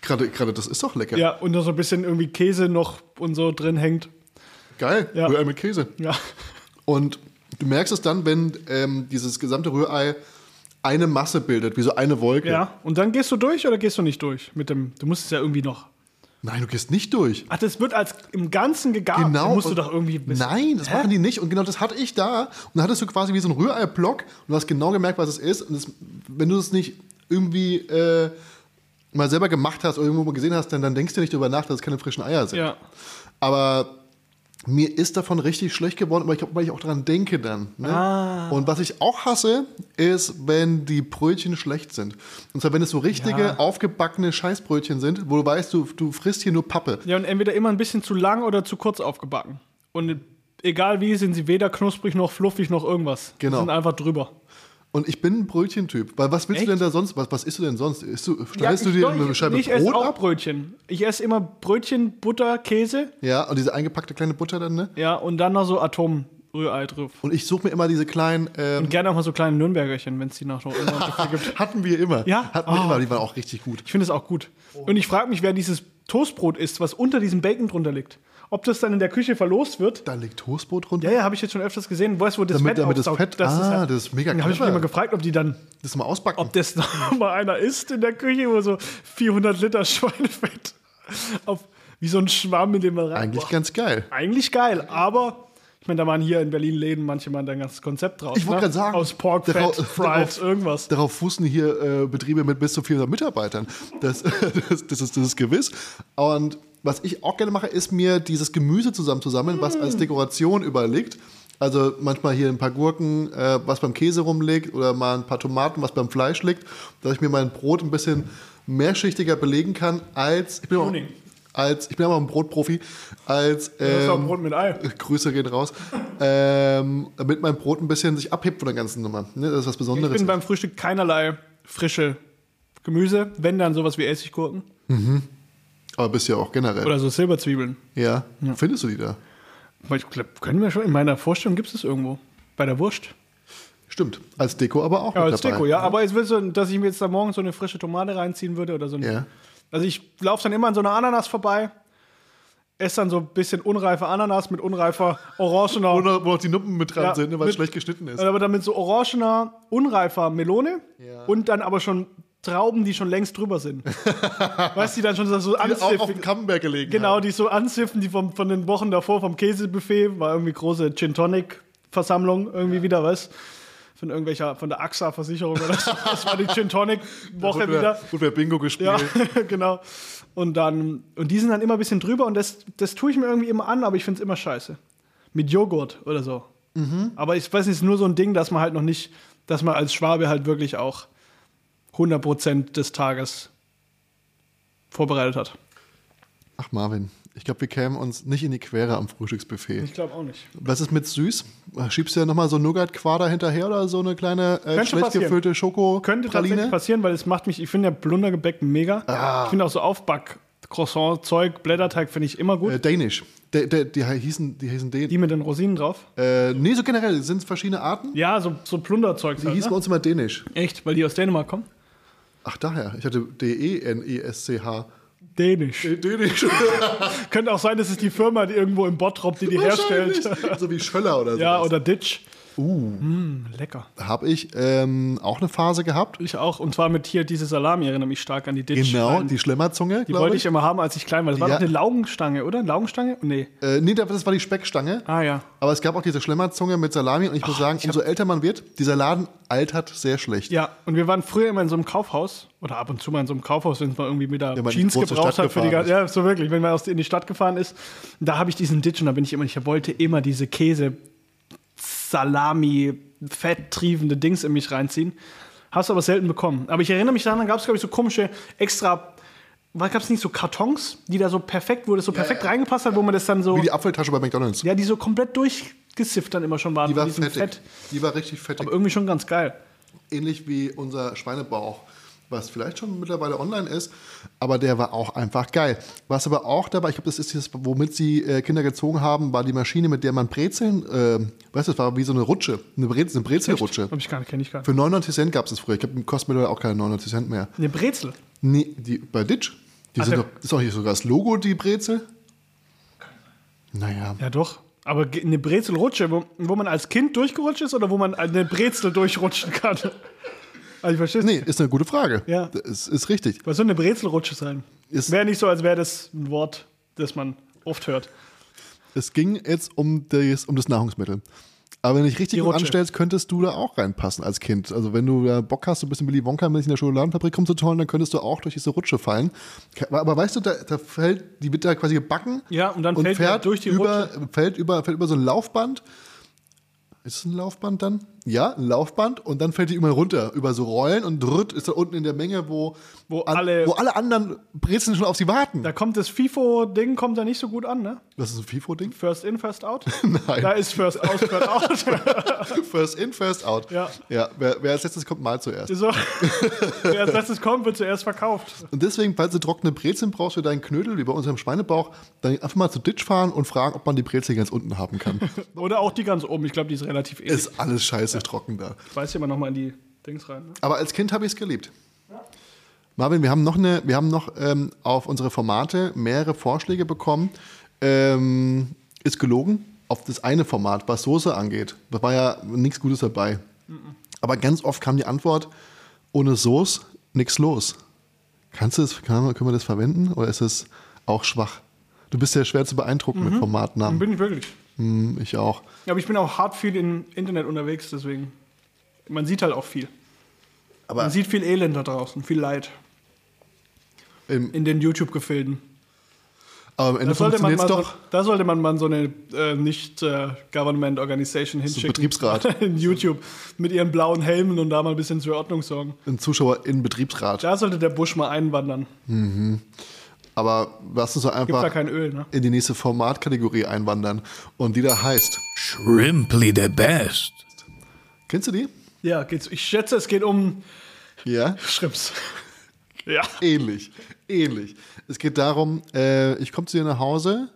S2: Gerade, gerade das ist doch lecker.
S3: Ja, und da so ein bisschen irgendwie Käse noch und so drin hängt.
S2: Geil.
S3: Ja.
S2: Rührei mit Käse.
S3: Ja.
S2: Und du merkst es dann, wenn ähm, dieses gesamte Rührei eine Masse bildet, wie so eine Wolke.
S3: Ja. Und dann gehst du durch oder gehst du nicht durch? Mit dem, du musst es ja irgendwie noch.
S2: Nein, du gehst nicht durch.
S3: Ach, das wird als im Ganzen gegart.
S2: Genau.
S3: Ah, Dann musst du
S2: und-
S3: doch irgendwie. ein bisschen-
S2: Nein, das machen die nicht. Und genau das hatte ich da. Und da hattest du quasi wie so einen Rührei-Block und du hast genau gemerkt, was es ist. Und das, wenn du es nicht irgendwie äh, mal selber gemacht hast oder irgendwo mal gesehen hast, dann, dann denkst du nicht drüber nach, dass es keine frischen Eier sind.
S3: Ja.
S2: Aber mir ist davon richtig schlecht geworden, weil ich, weil ich auch daran denke dann. Ne?
S3: Ah.
S2: Und was ich auch hasse, ist, wenn die Brötchen schlecht sind. Und zwar, wenn es so richtige, aufgebackene Scheißbrötchen sind, wo du weißt, du, du frisst hier nur Pappe.
S3: Ja, und entweder immer ein bisschen zu lang oder zu kurz aufgebacken. Und egal wie, sind sie weder knusprig noch fluffig noch irgendwas.
S2: Genau.
S3: Sie sind einfach drüber.
S2: Und ich bin ein Brötchentyp. Weil was willst
S3: Echt?
S2: du denn da sonst? Was, was isst du denn sonst? Isst du,
S3: Ja,
S2: schneidest
S3: ich-
S2: du dir
S3: doch,
S2: eine
S3: ich-
S2: Scheibe
S3: nee, ich esse
S2: Brot
S3: auch
S2: ab?
S3: Brötchen. Ich esse immer Brötchen, Butter, Käse.
S2: Ja, und diese eingepackte kleine Butter dann, ne?
S3: Ja, und dann noch so Atomrührei drauf.
S2: Und ich suche mir immer diese kleinen. Ähm,
S3: Und gerne auch mal so kleine Nürnbergerchen, wenn es die nach noch irgendwann
S2: <laughs>
S3: dafür gibt.
S2: hatten wir immer.
S3: Ja?
S2: Hatten wir
S3: Ah.
S2: immer. Die waren auch richtig gut.
S3: Ich finde es auch gut.
S2: Oh.
S3: Und ich frage mich, wer dieses Toastbrot ist, was unter diesem Bacon drunter liegt. Ob das dann in der Küche verlost wird?
S2: Da liegt Toastbrot runter.
S3: Ja, ja, habe ich jetzt schon öfters gesehen. Weißt du, wo das
S2: Damit-
S3: Fett
S2: damit das
S3: aufsaugt?
S2: Fett-
S3: ist halt-
S2: ah, das ist mega
S3: Dann habe ich mich
S2: clever.
S3: immer gefragt, ob die dann
S2: Das mal ausbacken.
S3: ob das noch <laughs> mal einer isst in der Küche, wo so 400 Liter Schweinefett auf wie so ein Schwamm, in dem man rein.
S2: Eigentlich
S3: Boah,
S2: ganz geil.
S3: eigentlich geil, aber ich meine, da waren hier in Berlin Läden, manche machen da ein ganzes Konzept draus.
S2: Ich wollte
S3: ne?
S2: gerade sagen,
S3: Aus Pork, Fat,
S2: darauf-
S3: Fried,
S2: darauf-
S3: irgendwas.
S2: Darauf fußen hier äh, Betriebe mit bis zu 400 Mitarbeitern. Das, <laughs> das, das, ist, das ist gewiss. Und was ich auch gerne mache, ist mir dieses Gemüse zusammenzusammeln, was
S3: Mm.
S2: als Dekoration überliegt. Also manchmal hier ein paar Gurken, äh, was beim Käse rumliegt oder mal ein paar Tomaten, was beim Fleisch liegt, dass ich mir mein Brot ein bisschen mehrschichtiger belegen kann als ich bin auch,
S3: Tuning.
S2: als ich bin aber ein Brotprofi als
S3: Das ist auch
S2: ähm, <laughs>
S3: Brot mit Ei.
S2: Grüße gehen raus. Ähm, damit mein Brot ein bisschen sich abhebt von der ganzen Nummer. Ne, das ist was
S3: Ich
S2: Besonderes.
S3: bin beim Frühstück keinerlei frische Gemüse, wenn dann sowas wie Essiggurken
S2: Aber bist ja auch generell.
S3: oder so Silberzwiebeln.
S2: ja. Findest du die da?
S3: Weil Ich glaub, können wir schon, in meiner Vorstellung gibt es das irgendwo. Bei der Wurst.
S2: Stimmt. Als Deko aber auch.
S3: Ja,
S2: mit
S3: als
S2: dabei.
S3: Deko, ja. Aber jetzt willst du, dass ich mir jetzt da morgen so eine frische Tomate reinziehen würde oder so. Eine,
S2: Ja.
S3: Also ich laufe dann immer an so einer Ananas vorbei, esse dann so ein bisschen unreife Ananas mit unreifer orangener.
S2: Wo noch, wo noch die Nuppen mit dran
S3: Ja,
S2: sind, ne, weil
S3: mit-
S2: es schlecht geschnitten ist.
S3: aber dann mit so orangener, unreifer Melone
S2: Ja.
S3: und dann aber schon Trauben, die schon längst
S2: <laughs>
S3: drüber sind. weißt du, die dann schon so
S2: auch auf dem
S3: ansiffen.
S2: Kammberg gelegen.
S3: Genau,
S2: haben.
S3: die so ansiffen, die vom, von den Wochen davor vom Käsebuffet, war irgendwie große Gin Tonic Versammlung irgendwie wieder was von irgendwelcher von der AXA Versicherung oder so. Das war die Gin Tonic Woche
S2: Wurde wer-
S3: wieder.
S2: Wurde wer Bingo gespielt.
S3: Ja, <laughs> genau. Und dann und die sind dann immer ein bisschen drüber und das das tue ich mir irgendwie immer an, aber ich finde es immer scheiße. Mit Joghurt oder so. Aber ich weiß nicht, es ist nur so ein Ding, dass man halt noch nicht, dass man als Schwabe halt wirklich auch 100% des Tages vorbereitet hat.
S2: Ach Marvin, ich glaube, wir kämen uns nicht in die Quere am Frühstücksbuffet.
S3: Ich glaube auch nicht.
S2: Was ist mit süß? Schiebst du ja nochmal so Nougat-Quader hinterher oder so eine kleine äh,
S3: Könnte
S2: schlecht
S3: passieren.
S2: gefüllte schoko
S3: Könnte tatsächlich passieren, weil es macht mich, ich finde ja Blundergebäck mega.
S2: Ah.
S3: Ich finde auch so Aufback, Croissant, Zeug, Blätterteig finde ich immer gut.
S2: äh, Dänisch. De, de, die hießen, die hießen Dänisch.
S3: die mit den Rosinen drauf.
S2: Äh, nee, so generell sind es verschiedene Arten.
S3: Ja, so, so Plunderzeug.
S2: Die
S3: Halt,
S2: hießen bei
S3: ne?
S2: uns immer Dänisch.
S3: Echt, weil die aus Dänemark kommen?
S2: Ach, daher. Ich hatte E D-E-N-E-S-C-H.
S3: Dänisch.
S2: Dänisch.
S3: Könnte auch sein, dass es die Firma die irgendwo im Bottrop, die die herstellt.
S2: Wahrscheinlich. So wie Schöller oder so.
S3: Ja, oder Ditch.
S2: Uh.
S3: Mm, lecker.
S2: Habe ich ähm, auch eine Phase gehabt.
S3: Ich auch. Und zwar mit hier diese Salami, erinnere mich stark an die Ditch.
S2: Genau,
S3: Nein,
S2: die Schlemmerzunge,
S3: die
S2: glaube
S3: wollte
S2: ich.
S3: ich immer haben, als ich klein war. Das war
S2: Ja.
S3: doch eine Laugenstange, oder? Laugenstange? Nee.
S2: Äh, nee, das war die Speckstange.
S3: Ah ja.
S2: Aber es gab auch diese Schlemmerzunge mit Salami und ich muss sagen, umso älter man wird, dieser Laden altert sehr schlecht.
S3: Ja, und wir waren früher immer in so einem Kaufhaus oder ab und zu mal in so einem Kaufhaus, wenn es mal irgendwie wieder
S2: man in die
S3: Jeans
S2: große
S3: gebraucht
S2: Stadt
S3: hat für die
S2: gefahren
S3: ganze. Ja, so wirklich, wenn man aus, in die Stadt gefahren ist, da habe ich diesen Ditch und da bin ich immer, ich wollte immer diese Käse, Salami, fetttriefende Dings in mich reinziehen. Hast du aber selten bekommen. Aber ich erinnere mich daran, da gab es, glaube ich, so komische extra. Gab es nicht so Kartons, die da so perfekt, wo das so perfekt
S2: ja.
S3: reingepasst hat, wo man das dann so.
S2: Wie die Apfeltasche bei McDonalds.
S3: ja, die so komplett durchgesifft dann immer schon waren.
S2: Die war
S3: von diesem
S2: fettig. Die war richtig fettig.
S3: Aber irgendwie schon ganz geil.
S2: Ähnlich wie unser Schweinebauch, was vielleicht schon mittlerweile online ist, aber der war auch einfach geil. Was aber auch dabei, ich glaube, das ist dieses, womit sie äh, Kinder gezogen haben, war die Maschine, mit der man Brezeln, äh, weißt du, das war wie so eine Rutsche, eine, Brezel, eine Brezelrutsche.
S3: Hab ich gar nicht, kenne ich gar nicht.
S2: Für 99 Cent gab es das früher. Ich glaube, kostet mittlerweile auch keine 99 Cent mehr.
S3: Eine Brezel.
S2: Nee, die, bei Ditch. Die
S3: Ach,
S2: sind
S3: der-
S2: doch, ist doch hier sogar das Logo, die Brezel. Naja.
S3: Ja, doch. Aber ge- eine Brezelrutsche, wo, wo man als Kind durchgerutscht ist oder wo man eine Brezel durchrutschen <laughs> kann? Also ich verstehe es
S2: Nee,
S3: nicht.
S2: ist eine gute Frage.
S3: Ja.
S2: Das ist richtig.
S3: Was soll eine Brezelrutsche sein?
S2: Ist-
S3: Wäre nicht so, als wäre das ein Wort, das man oft hört.
S2: Es ging jetzt um das, um das Nahrungsmittel. Aber wenn du dich richtig
S3: Die
S2: gut
S3: Rutsche.
S2: anstellst, könntest du da auch reinpassen als Kind. Also wenn du da Bock hast, so ein bisschen Willy Wonka-mäßig in der Schokoladenfabrik rumzutollen, dann könntest du auch durch diese Rutsche fallen. Ke- Aber weißt du, da, da fällt, die wird da quasi gebacken.
S3: Ja, und dann fällt er
S2: fährt
S3: durch die
S2: über, Fällt über, fällt über so ein Laufband. Ist es ein Laufband dann? Ja, ein Laufband. Und dann fällt die immer runter, über so Rollen und drütt ist da unten in der Menge, wo,
S3: Wo alle-
S2: wo alle anderen Brezeln schon auf sie warten.
S3: Da kommt das FIFO-Ding, kommt da nicht so gut an, ne?
S2: Das ist ein FIFO-Ding.
S3: First in, first <laughs> out?
S2: Nein.
S3: Da ist first out, first <laughs> out.
S2: First in, first out.
S3: Ja.
S2: ja wer, wer als letztes kommt, mal zuerst.
S3: so, wer als letztes kommt, wird zuerst verkauft.
S2: Und deswegen, falls du trockene Brezeln brauchst für deinen Knödel, wie bei unserem Schweinebauch, dann einfach mal zu Ditch fahren und fragen, ob man die Brezel ganz unten haben kann.
S3: Oder auch die ganz oben. Ich glaube, die ist relativ ähnlich.
S2: ist alles scheiße trocken da.
S3: Ich weiß ja immer nochmal in die Dings rein. Ne?
S2: Aber als Kind habe ich es geliebt. Marvin, wir haben noch, eine, wir haben noch ähm, auf unsere Formate mehrere Vorschläge bekommen. Ähm, ist gelogen auf das eine Format, was Soße angeht. Da war ja nichts Gutes dabei. Aber ganz oft kam die Antwort: ohne Soße nichts los. Kannst du das, kann, können wir das verwenden oder ist es auch schwach? Du bist ja schwer zu beeindrucken
S3: Mhm.
S2: mit Formatnamen.
S3: Bin ich wirklich.
S2: Hm, ich auch.
S3: Aber ich bin auch hart viel im Internet unterwegs, deswegen. Man sieht halt auch viel.
S2: Aber
S3: Man sieht viel Elend da draußen, viel Leid
S2: im,
S3: in den YouTube-Gefilden.
S2: aber am Ende
S3: Da sollte man
S2: funktioniert
S3: mal
S2: es
S3: so,
S2: doch.
S3: da sollte man mal so eine äh, Nicht-Government-Organisation hinschicken.
S2: Betriebsrat.
S3: <laughs> in YouTube mit ihren blauen Helmen und da mal ein bisschen zur Ordnung sorgen.
S2: Ein Zuschauer in Betriebsrat.
S3: Da sollte der Busch mal einwandern.
S2: Aber lass uns doch
S3: Gibt da
S2: einfach
S3: kein Öl, ne?
S2: in die nächste Formatkategorie einwandern. Und die da heißt.
S1: Shrimply the best.
S2: Kennst du die?
S3: Ja, geht's. Ich schätze, es geht um
S2: Ja.
S3: Schrimps. <laughs> ja.
S2: Ähnlich. Ähnlich. Es geht darum, äh, ich komme zu dir nach
S3: <laughs>
S2: Hause,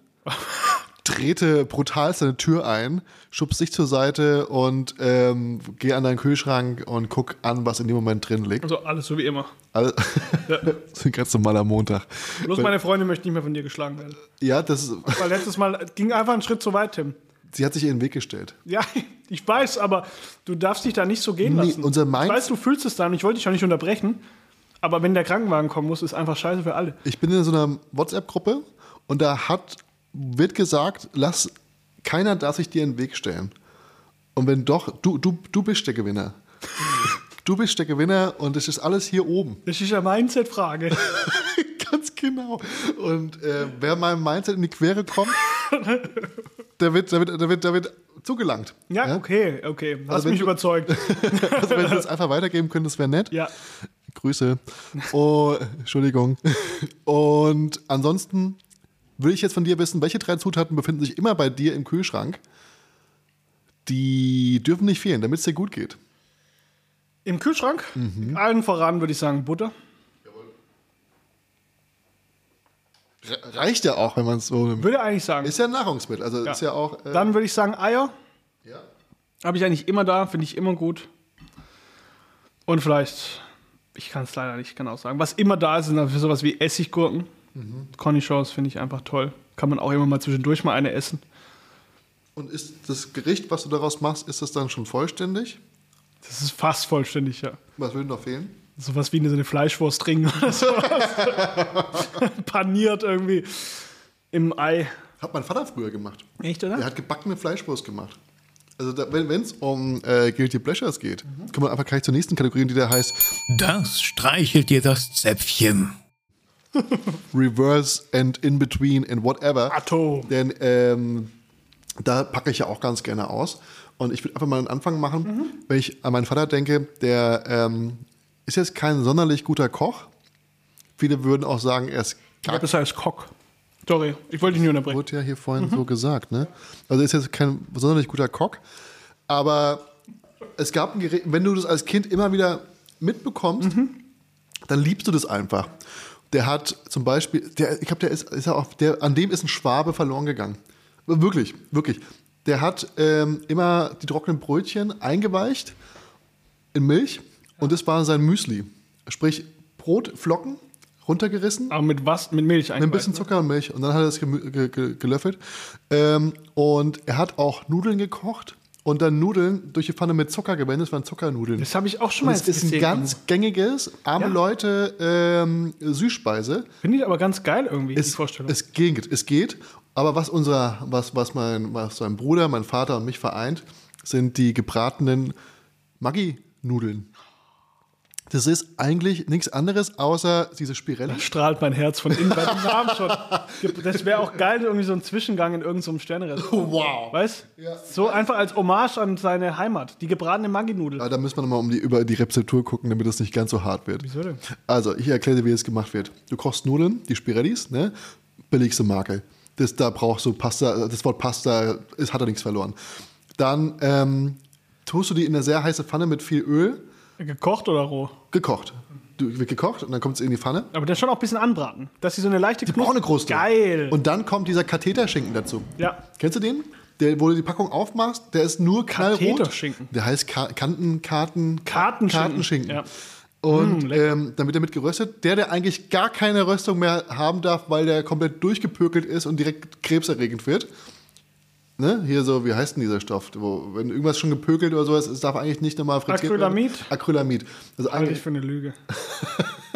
S2: trete brutal seine Tür ein, schubst dich zur Seite und ähm, geh an deinen Kühlschrank und guck an, was in dem Moment drin liegt.
S3: Also alles so wie immer.
S2: Also, <laughs> das ist ein ganz normaler Montag.
S3: Bloß meine Freundin möchte nicht mehr von dir geschlagen werden.
S2: Ja, das ist,
S3: Weil letztes Mal ging einfach ein Schritt zu weit, Tim.
S2: sie hat sich ihren Weg gestellt.
S3: Ja, <laughs> ich weiß, aber du darfst dich da nicht so gehen
S2: Nee,
S3: lassen.
S2: unser
S3: ich
S2: Mainz-
S3: weiß, du fühlst es dann. Ich wollte dich auch nicht unterbrechen. Aber wenn der Krankenwagen kommen muss, ist einfach scheiße für alle.
S2: Ich bin in so einer WhatsApp-Gruppe und da hat, wird gesagt, lass, keiner darf sich dir in den Weg stellen. Und wenn doch, du, du, du bist der Gewinner. <laughs> Du bist der Gewinner und es ist alles hier oben. <laughs>
S3: Das ist ja Mindset-Frage.
S2: Ganz genau. Und äh, wer meinem Mindset in die Quere kommt, der wird, der wird, der wird, der wird zugelangt.
S3: Ja, okay, okay. Hast
S2: Also wenn
S3: mich
S2: du-
S3: überzeugt.
S2: Also wenn du das einfach weitergeben könntest, wäre nett.
S3: Ja.
S2: Grüße. Oh, Entschuldigung. Und ansonsten will ich jetzt von dir wissen, welche drei Zutaten befinden sich immer bei dir im Kühlschrank? Die dürfen nicht fehlen, damit es dir gut geht.
S3: Im Kühlschrank,
S2: Mhm.
S3: allen voran würde ich sagen Butter.
S2: Re reicht ja auch, wenn man es so nimmt.
S3: Würde eigentlich sagen.
S2: Ist ja ein Nahrungsmittel, also ist ja auch. Äh,
S3: Dann würde ich sagen Eier.
S2: ja.
S3: Habe ich eigentlich immer da, finde ich immer gut. Und vielleicht, ich kann es leider nicht genau sagen. Was immer da ist, sind dafür sowas wie Essiggurken.
S2: Mhm.
S3: Cornichons finde ich einfach toll. Kann man auch immer mal zwischendurch mal eine essen.
S2: Und ist das Gericht, was du daraus machst, ist das dann schon vollständig?
S3: Das ist fast vollständig, ja.
S2: Was würde noch fehlen?
S3: Sowas wie eine, so eine Fleischwurstring <laughs> oder sowas. <laughs> Paniert irgendwie im Ei.
S2: Hat mein Vater früher gemacht.
S3: Echt, oder?
S2: Er hat gebackene Fleischwurst gemacht. Also da, wenn es um äh, Guilty Pleasures geht, kommen wir einfach gleich zur nächsten Kategorie, die da heißt
S1: Das streichelt dir das Zäpfchen.
S2: Reverse and In Between and Whatever.
S3: Atto.
S2: Denn ähm, da packe ich ja auch ganz gerne aus. Und ich würde einfach mal einen Anfang machen, wenn ich an meinen Vater denke, der ähm, ist jetzt kein sonderlich guter Koch. Viele würden auch sagen, er ist
S3: Ja, besser als Kock. Sorry, ich wollte dich nicht unterbrechen.
S2: Wurde ja hier vorhin so gesagt, ne? Also ist jetzt kein besonders guter Kock, aber es gab ein Gerät, wenn du das als Kind immer wieder mitbekommst, dann liebst du das einfach. Der hat zum Beispiel, der, ich glaube, der ist, ist ja auch, der, an dem ist ein Schwabe verloren gegangen. Aber Wirklich, wirklich. Der hat ähm, immer die trockenen Brötchen eingeweicht in Milch und das war sein Müsli. Sprich, Brotflocken runtergerissen
S3: Aber mit was? Mit Milch
S2: mit ein
S3: eigentlich.
S2: bisschen Zucker und Milch und dann hat er das gemü- ge- ge- gelöffelt. Ähm, und er hat auch Nudeln gekocht und dann Nudeln durch die Pfanne mit Zucker gewendet. Das waren Zuckernudeln.
S3: Das habe ich auch schon mal
S2: Das
S3: jetzt
S2: ist ein
S3: gesehen.
S2: ganz gängiges, arme
S3: Ja.
S2: Leute ähm, Süßspeise.
S3: Finde ich aber ganz geil irgendwie, die
S2: Es,
S3: Vorstellung.
S2: es geht, es geht. Aber was unser, was, was mein, was mein Bruder, mein Vater und mich vereint, sind die gebratenen Maggi-Nudeln. Das ist eigentlich nichts anderes außer diese Spirelli.
S3: strahlt mein Herz von innen
S2: <laughs>
S3: bei dem Namen schon. Das wäre auch geil, irgendwie so ein Zwischengang in irgendeinem Sternrestaurant.
S2: Oh, Wow.
S3: Weißt? So einfach als Hommage an seine Heimat. Die gebratene Maggi-Nudel.
S2: Ja, da müssen wir nochmal um die, über die Rezeptur gucken, damit das nicht ganz so hart wird.
S3: Wieso denn?
S2: Also, ich erkläre dir, wie das gemacht wird. Du kochst Nudeln, die Spirellis, ne? billigste Marke. Das, da brauchst du Pasta, das Wort Pasta, es hat er nichts verloren. Dann ähm, tust du die in eine sehr heiße Pfanne mit viel Öl,
S3: Gekocht oder roh?
S2: gekocht. Du, wird gekocht und dann kommt es in die Pfanne.
S3: Aber dann schon auch ein bisschen anbraten. Dass sie so eine leichte
S2: Die braune Kruste.
S3: Geil.
S2: Und dann kommt dieser Katheterschinken dazu.
S3: ja.
S2: Kennst du den? Der, wo du die Packung aufmachst, der ist nur knallrot.
S3: Katheterschinken.
S2: Der heißt Ka Kanten, Karten,
S3: Kartenschinken.
S2: Kartenschinken.
S3: Ja. Hm,
S2: Und ähm, dann wird er mit geröstet. Der, der eigentlich gar keine Röstung mehr haben darf, weil der komplett durchgepökelt ist und direkt krebserregend wird. Ne? Hier so, wie heißt denn dieser Stoff? Wo, wenn irgendwas schon gepökelt oder sowas ist, es darf eigentlich nicht nochmal frittiert
S3: Acrylamid?
S2: werden. Acrylamid. Also
S3: Halte ich
S2: eigentlich,
S3: für
S2: <laughs>
S3: eine Lüge.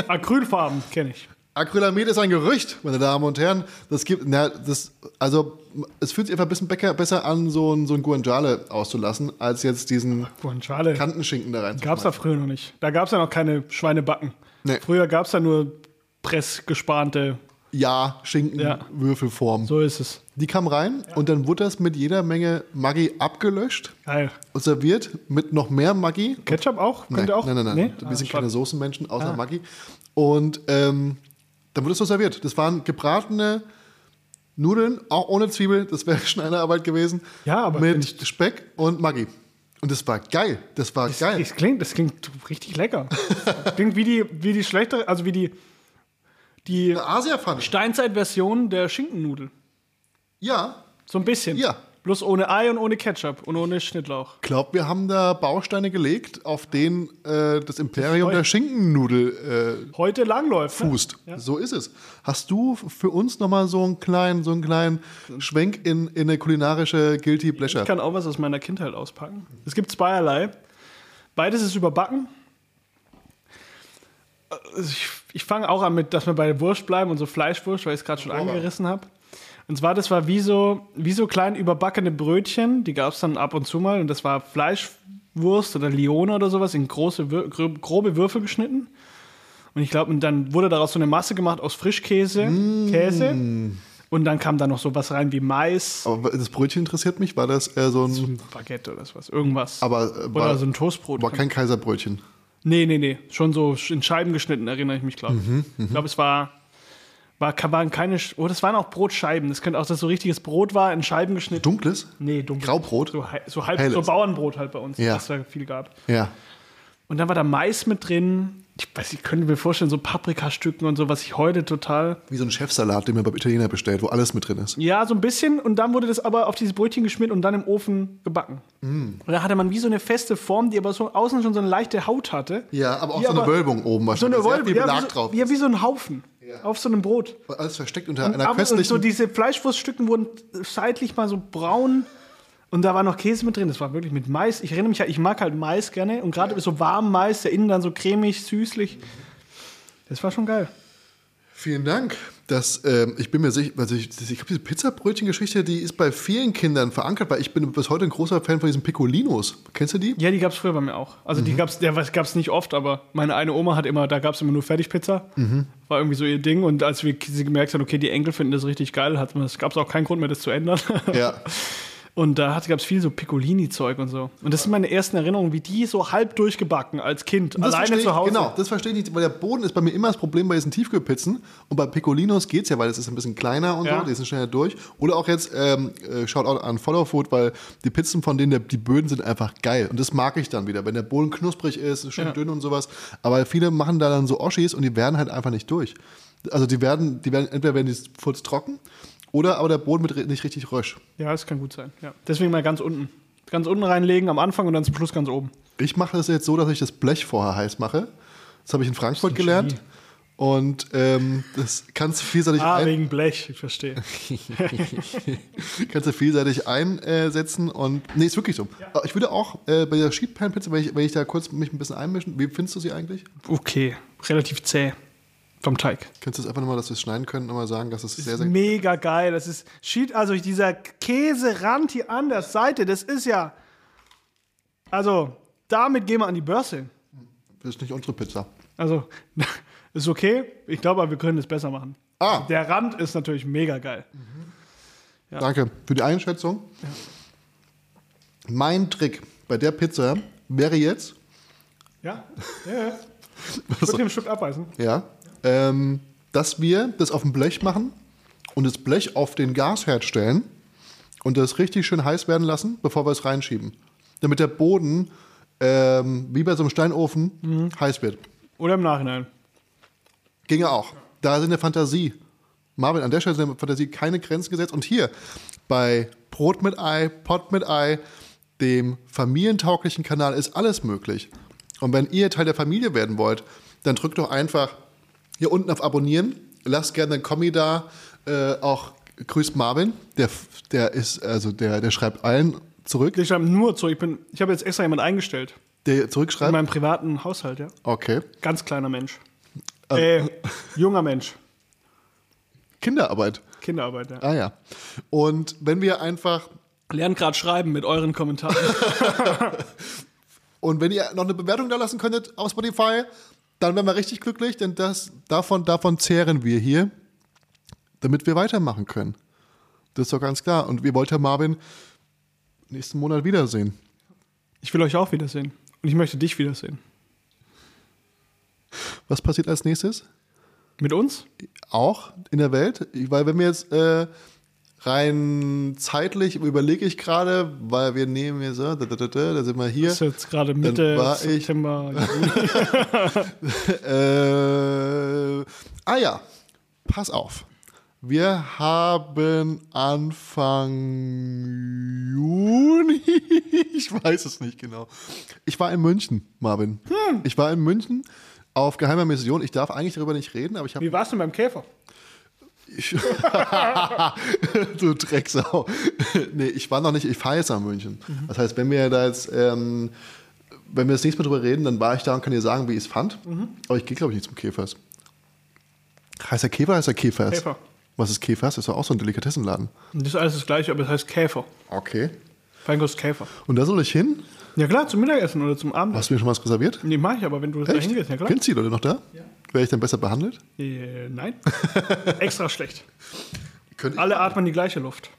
S3: Acrylfarben kenne ich.
S2: Acrylamid ist ein Gerücht, meine Damen und Herren. Das gibt, na, das, also, es fühlt sich einfach ein bisschen becker, besser an, so ein, so ein Guanciale auszulassen, als jetzt diesen
S3: Guanciale.
S2: Kantenschinken da rein.
S3: Gab es da früher noch nicht. Da gab es ja noch keine Schweinebacken.
S2: Nee.
S3: Früher gab es da nur pressgespannte.
S2: Ja, Schinken,
S3: Ja.
S2: Würfelform.
S3: So ist es.
S2: Die kam rein und dann wurde das mit jeder Menge Maggi abgelöscht
S3: Geil.
S2: und serviert mit noch mehr Maggi.
S3: Ketchup auch? Könnte auch?
S2: nein, nein, nein.
S3: Nee?
S2: Wir
S3: Ah,
S2: sind
S3: schade. Ah.
S2: keine Soßenmenschen, außer Maggi. Und ähm, dann wurde es so serviert. Das waren gebratene Nudeln, auch ohne Zwiebel. Das wäre <laughs> Schneiderarbeit gewesen.
S3: Ja, aber
S2: Mit
S3: wenn
S2: Speck und Maggi. Und das war geil. Das war geil.
S3: Das klingt, das klingt
S2: <laughs>
S3: richtig lecker. Das klingt wie die, wie die schlechtere, also wie die, die
S2: Asia-Pfanne.
S3: Steinzeit-Version der Schinkennudel.
S2: Ja.
S3: So ein bisschen.
S2: Ja.
S3: Bloß ohne Ei und ohne Ketchup und ohne Schnittlauch.
S2: Glaub, wir haben da Bausteine gelegt, auf denen äh, das Imperium der Schinkennudel äh,
S3: Heute langläuft. Ne?
S2: fußt. So ist es. Hast du für uns nochmal so einen kleinen, so einen kleinen Schwenk in, in eine kulinarische Guilty Pleasure?
S3: Ich kann auch was aus meiner Kindheit auspacken. Es gibt zweierlei. Beides ist überbacken. Also Ich, ich fange auch an mit, dass wir bei Wurst bleiben und so Fleischwurst, weil ich es gerade schon angerissen habe. Und zwar, das war wie so, wie so klein überbackene Brötchen, die gab es dann ab und zu mal. Und das war Fleischwurst oder Lione oder sowas in große, Wür- gro- grobe Würfel geschnitten. Und ich glaube, und dann wurde daraus so eine Masse gemacht aus Frischkäse, Käse. Und dann kam da noch so was rein wie Mais.
S2: Aber das Brötchen interessiert mich. War das eher so ein.
S3: ein Baguette oder sowas, irgendwas.
S2: Aber äh,
S3: oder
S2: war,
S3: so ein Toastbrot.
S2: war kein Kaiserbrötchen.
S3: nee, nee, nee. Schon so in Scheiben geschnitten, erinnere ich mich, glaube ich.
S2: Mhm,
S3: ich glaube, es war, war, waren keine. Sch- Oh, das waren auch Brotscheiben. Das könnte auch, dass so richtiges Brot war, in Scheiben geschnitten.
S2: Dunkles?
S3: nee, dunkel.
S2: Graubrot?
S3: Mhm. So, hei- so halb,
S2: Helles.
S3: so Bauernbrot halt bei uns,
S2: Ja.
S3: was da viel gab.
S2: Ja.
S3: Und dann war da Mais mit drin. Ich weiß, ich könnte mir vorstellen, so Paprikastücken und so, was ich heute total.
S2: Wie so ein Chefsalat, den man beim Italiener bestellt, wo alles mit drin ist.
S3: Ja, so ein bisschen. Und dann wurde das aber auf dieses Brötchen geschmiert und dann im Ofen gebacken.
S2: Mm.
S3: Und da hatte man wie so eine feste Form, die aber so außen schon so eine leichte Haut hatte.
S2: Ja, aber auch
S3: Ja,
S2: so eine
S3: aber-
S2: Wölbung oben
S3: So eine
S2: wahrscheinlich.
S3: Wolbe,
S2: Sehr viel Belag
S3: ja, wie so,
S2: drauf.
S3: ja, wie so ein Haufen auf so einem Brot.
S2: alles versteckt unter einer
S3: Ab- Und
S2: köstlichen.
S3: so diese Fleischwurststücken wurden seitlich mal so braun Und da war noch Käse mit drin. Das war wirklich mit Mais. Ich erinnere mich, halt, ich mag halt Mais gerne. Und gerade so warm Mais, der innen dann so cremig, süßlich. Das war schon geil.
S2: Vielen Dank. Das, ähm, ich bin mir sicher, also ich, ich glaube, diese Pizzabrötchen-Geschichte, die ist bei vielen Kindern verankert, weil ich bin bis heute ein großer Fan von diesen Piccolinos. Kennst du die?
S3: Ja, die gab es früher bei mir auch. Also
S2: Mhm.
S3: die gab es ja, was- gab's nicht oft, aber meine eine Oma hat immer, da gab es immer nur Fertigpizza.
S2: Mhm.
S3: War irgendwie so ihr Ding. Und als wir k- sie gemerkt haben, okay, die Enkel finden das richtig geil, hat man, es gab es auch keinen Grund mehr, das zu ändern.
S2: Ja.
S3: <laughs> Und da gab es viel so Piccolini-Zeug und so. Und das sind meine ersten Erinnerungen, wie die so halb durchgebacken als Kind,
S2: Das verstehe
S3: alleine
S2: ich,
S3: zu Hause.
S2: Genau, das verstehe ich nicht, weil der Boden ist bei mir immer das Problem bei diesen Tiefkühlpizzen. Und bei Piccolinos geht es ja, weil es ist ein bisschen kleiner und
S3: Ja.
S2: so, die sind schneller durch. Oder auch jetzt, ähm, äh, Shoutout an Follow Food, weil die Pizzen von denen, der, die Böden sind einfach geil. Und das mag ich dann wieder, wenn der Boden knusprig ist, schön
S3: Ja.
S2: dünn und sowas. Aber viele machen da dann so Oschis und die werden halt einfach nicht durch. Also die werden, die werden entweder werden die furztrocken oder aber der Boden wird ri- nicht richtig rösch.
S3: Ja, das kann gut sein. Ja. Deswegen mal ganz unten. Ganz unten reinlegen am Anfang und dann zum Schluss ganz oben.
S2: Ich mache das jetzt so, dass ich das Blech vorher heiß mache. Das habe ich in Frankfurt gelernt. Und ähm, das kannst du vielseitig,
S3: Ah,
S2: ein,
S3: wegen Blech,
S2: <laughs>
S3: ich verstehe.
S2: kannst du vielseitig einsetzen. Und nee, ist wirklich so. Ich würde auch äh, bei der Sheetpan-Pizza, wenn ich, wenn ich da kurz mich ein bisschen einmischen, wie findest du sie eigentlich?
S3: Okay, relativ zäh vom Teig.
S2: Kannst du es einfach nochmal, dass wir es schneiden können, nochmal sagen, dass es sehr,
S3: Das
S2: sehr.
S3: ist mega geil. Das ist Sheet, also dieser Käserand hier an der Seite, das ist ja. Also, damit gehen wir an die Börse.
S2: Das ist nicht unsere Pizza.
S3: Also, <laughs> ist okay. Ich glaube, aber wir können es besser machen.
S2: Ah,
S3: Der Rand ist natürlich mega geil. Ja.
S2: danke für die Einschätzung. Mein Trick bei der Pizza wäre jetzt,
S3: Ja? ja,
S2: <laughs>
S3: ja. Ich würde den Stück abbeißen.
S2: Ja. Ähm, dass wir das auf dem Blech machen und das Blech auf den Gasherd stellen und das richtig schön heiß werden lassen, bevor wir es reinschieben. Damit der Boden, ähm, wie bei so einem Steinofen, heiß wird.
S3: Oder im Nachhinein.
S2: Ginge auch. Da sind der Fantasie. Marvin, an der Stelle sind der Fantasie keine Grenzen gesetzt. Und hier bei Brot mit Ei, Pott mit Ei, dem familientauglichen Kanal ist alles möglich. Und wenn ihr Teil der Familie werden wollt, dann drückt doch einfach hier unten auf Abonnieren. Lasst gerne einen Kommi da. Äh, auch grüßt Marvin. Der, der ist, also der, der schreibt allen zurück.
S3: Ich schreibe nur zu, ich, bin- ich habe jetzt extra jemanden eingestellt.
S2: Der
S3: In
S2: zurückschreibt.
S3: meinem privaten Haushalt, ja.
S2: Okay.
S3: Ganz kleiner Mensch.
S2: Also-
S3: Äh, junger Mensch.
S2: Kinderarbeit.
S3: Kinderarbeit, ja.
S2: Ah ja. Und wenn wir einfach
S3: Lernt gerade schreiben mit euren Kommentaren.
S2: Und wenn ihr noch eine Bewertung da lassen könntet auf Spotify, dann wären wir richtig glücklich, denn das, davon, davon zehren wir hier, damit wir weitermachen können. Das ist doch ganz klar. Und wir wollten Marvin nächsten Monat wiedersehen.
S3: Ich will euch auch wiedersehen. Und ich möchte dich wiedersehen.
S2: Was passiert als nächstes?
S3: Mit uns?
S2: Auch in der Welt? Weil wenn wir jetzt äh, rein zeitlich überlege ich gerade, weil wir nehmen hier so, da, da, da, da, da sind wir hier.
S3: Das ist jetzt gerade
S2: Dann
S3: Mitte
S2: war ich- <laughs>
S3: September.
S2: Äh, ah ja, pass auf. Wir haben Anfang Juni, <laughs> ich weiß es nicht genau. Ich war in München, Marvin. Ich war in München auf geheimer Mission. Ich darf eigentlich darüber nicht reden, aber ich habe
S3: Wie warst du beim Käfer?
S2: ich, <laughs> du Drecksau. nee, ich war noch nicht, ich fahre jetzt nach München.
S3: Mhm.
S2: Das heißt, wenn wir da jetzt, ähm, wenn wir das nächste Mal drüber reden, dann war ich da und kann dir sagen, wie ich es fand.
S3: Mhm.
S2: Aber ich gehe, glaube ich, nicht zum Käfers. Heißt der Käfer, oder heißt der Käfers?
S3: Käfer.
S2: Was ist Käfers? Das ist doch auch so ein Delikatessenladen.
S3: Das ist alles das Gleiche, aber es heißt Käfer.
S2: Okay.
S3: Feinkost Käfer.
S2: Und da soll ich hin?
S3: Ja klar, zum Mittagessen oder zum Abend.
S2: Hast du mir schon was reserviert?
S3: Nee, mach ich aber, wenn du da hingehst. Ja klar.
S2: Kennst du die Leute noch da? Ja. Wäre ich dann besser behandelt?
S3: Äh, nein. <laughs> Extra schlecht.
S2: Könnt
S3: Alle atmen die gleiche Luft.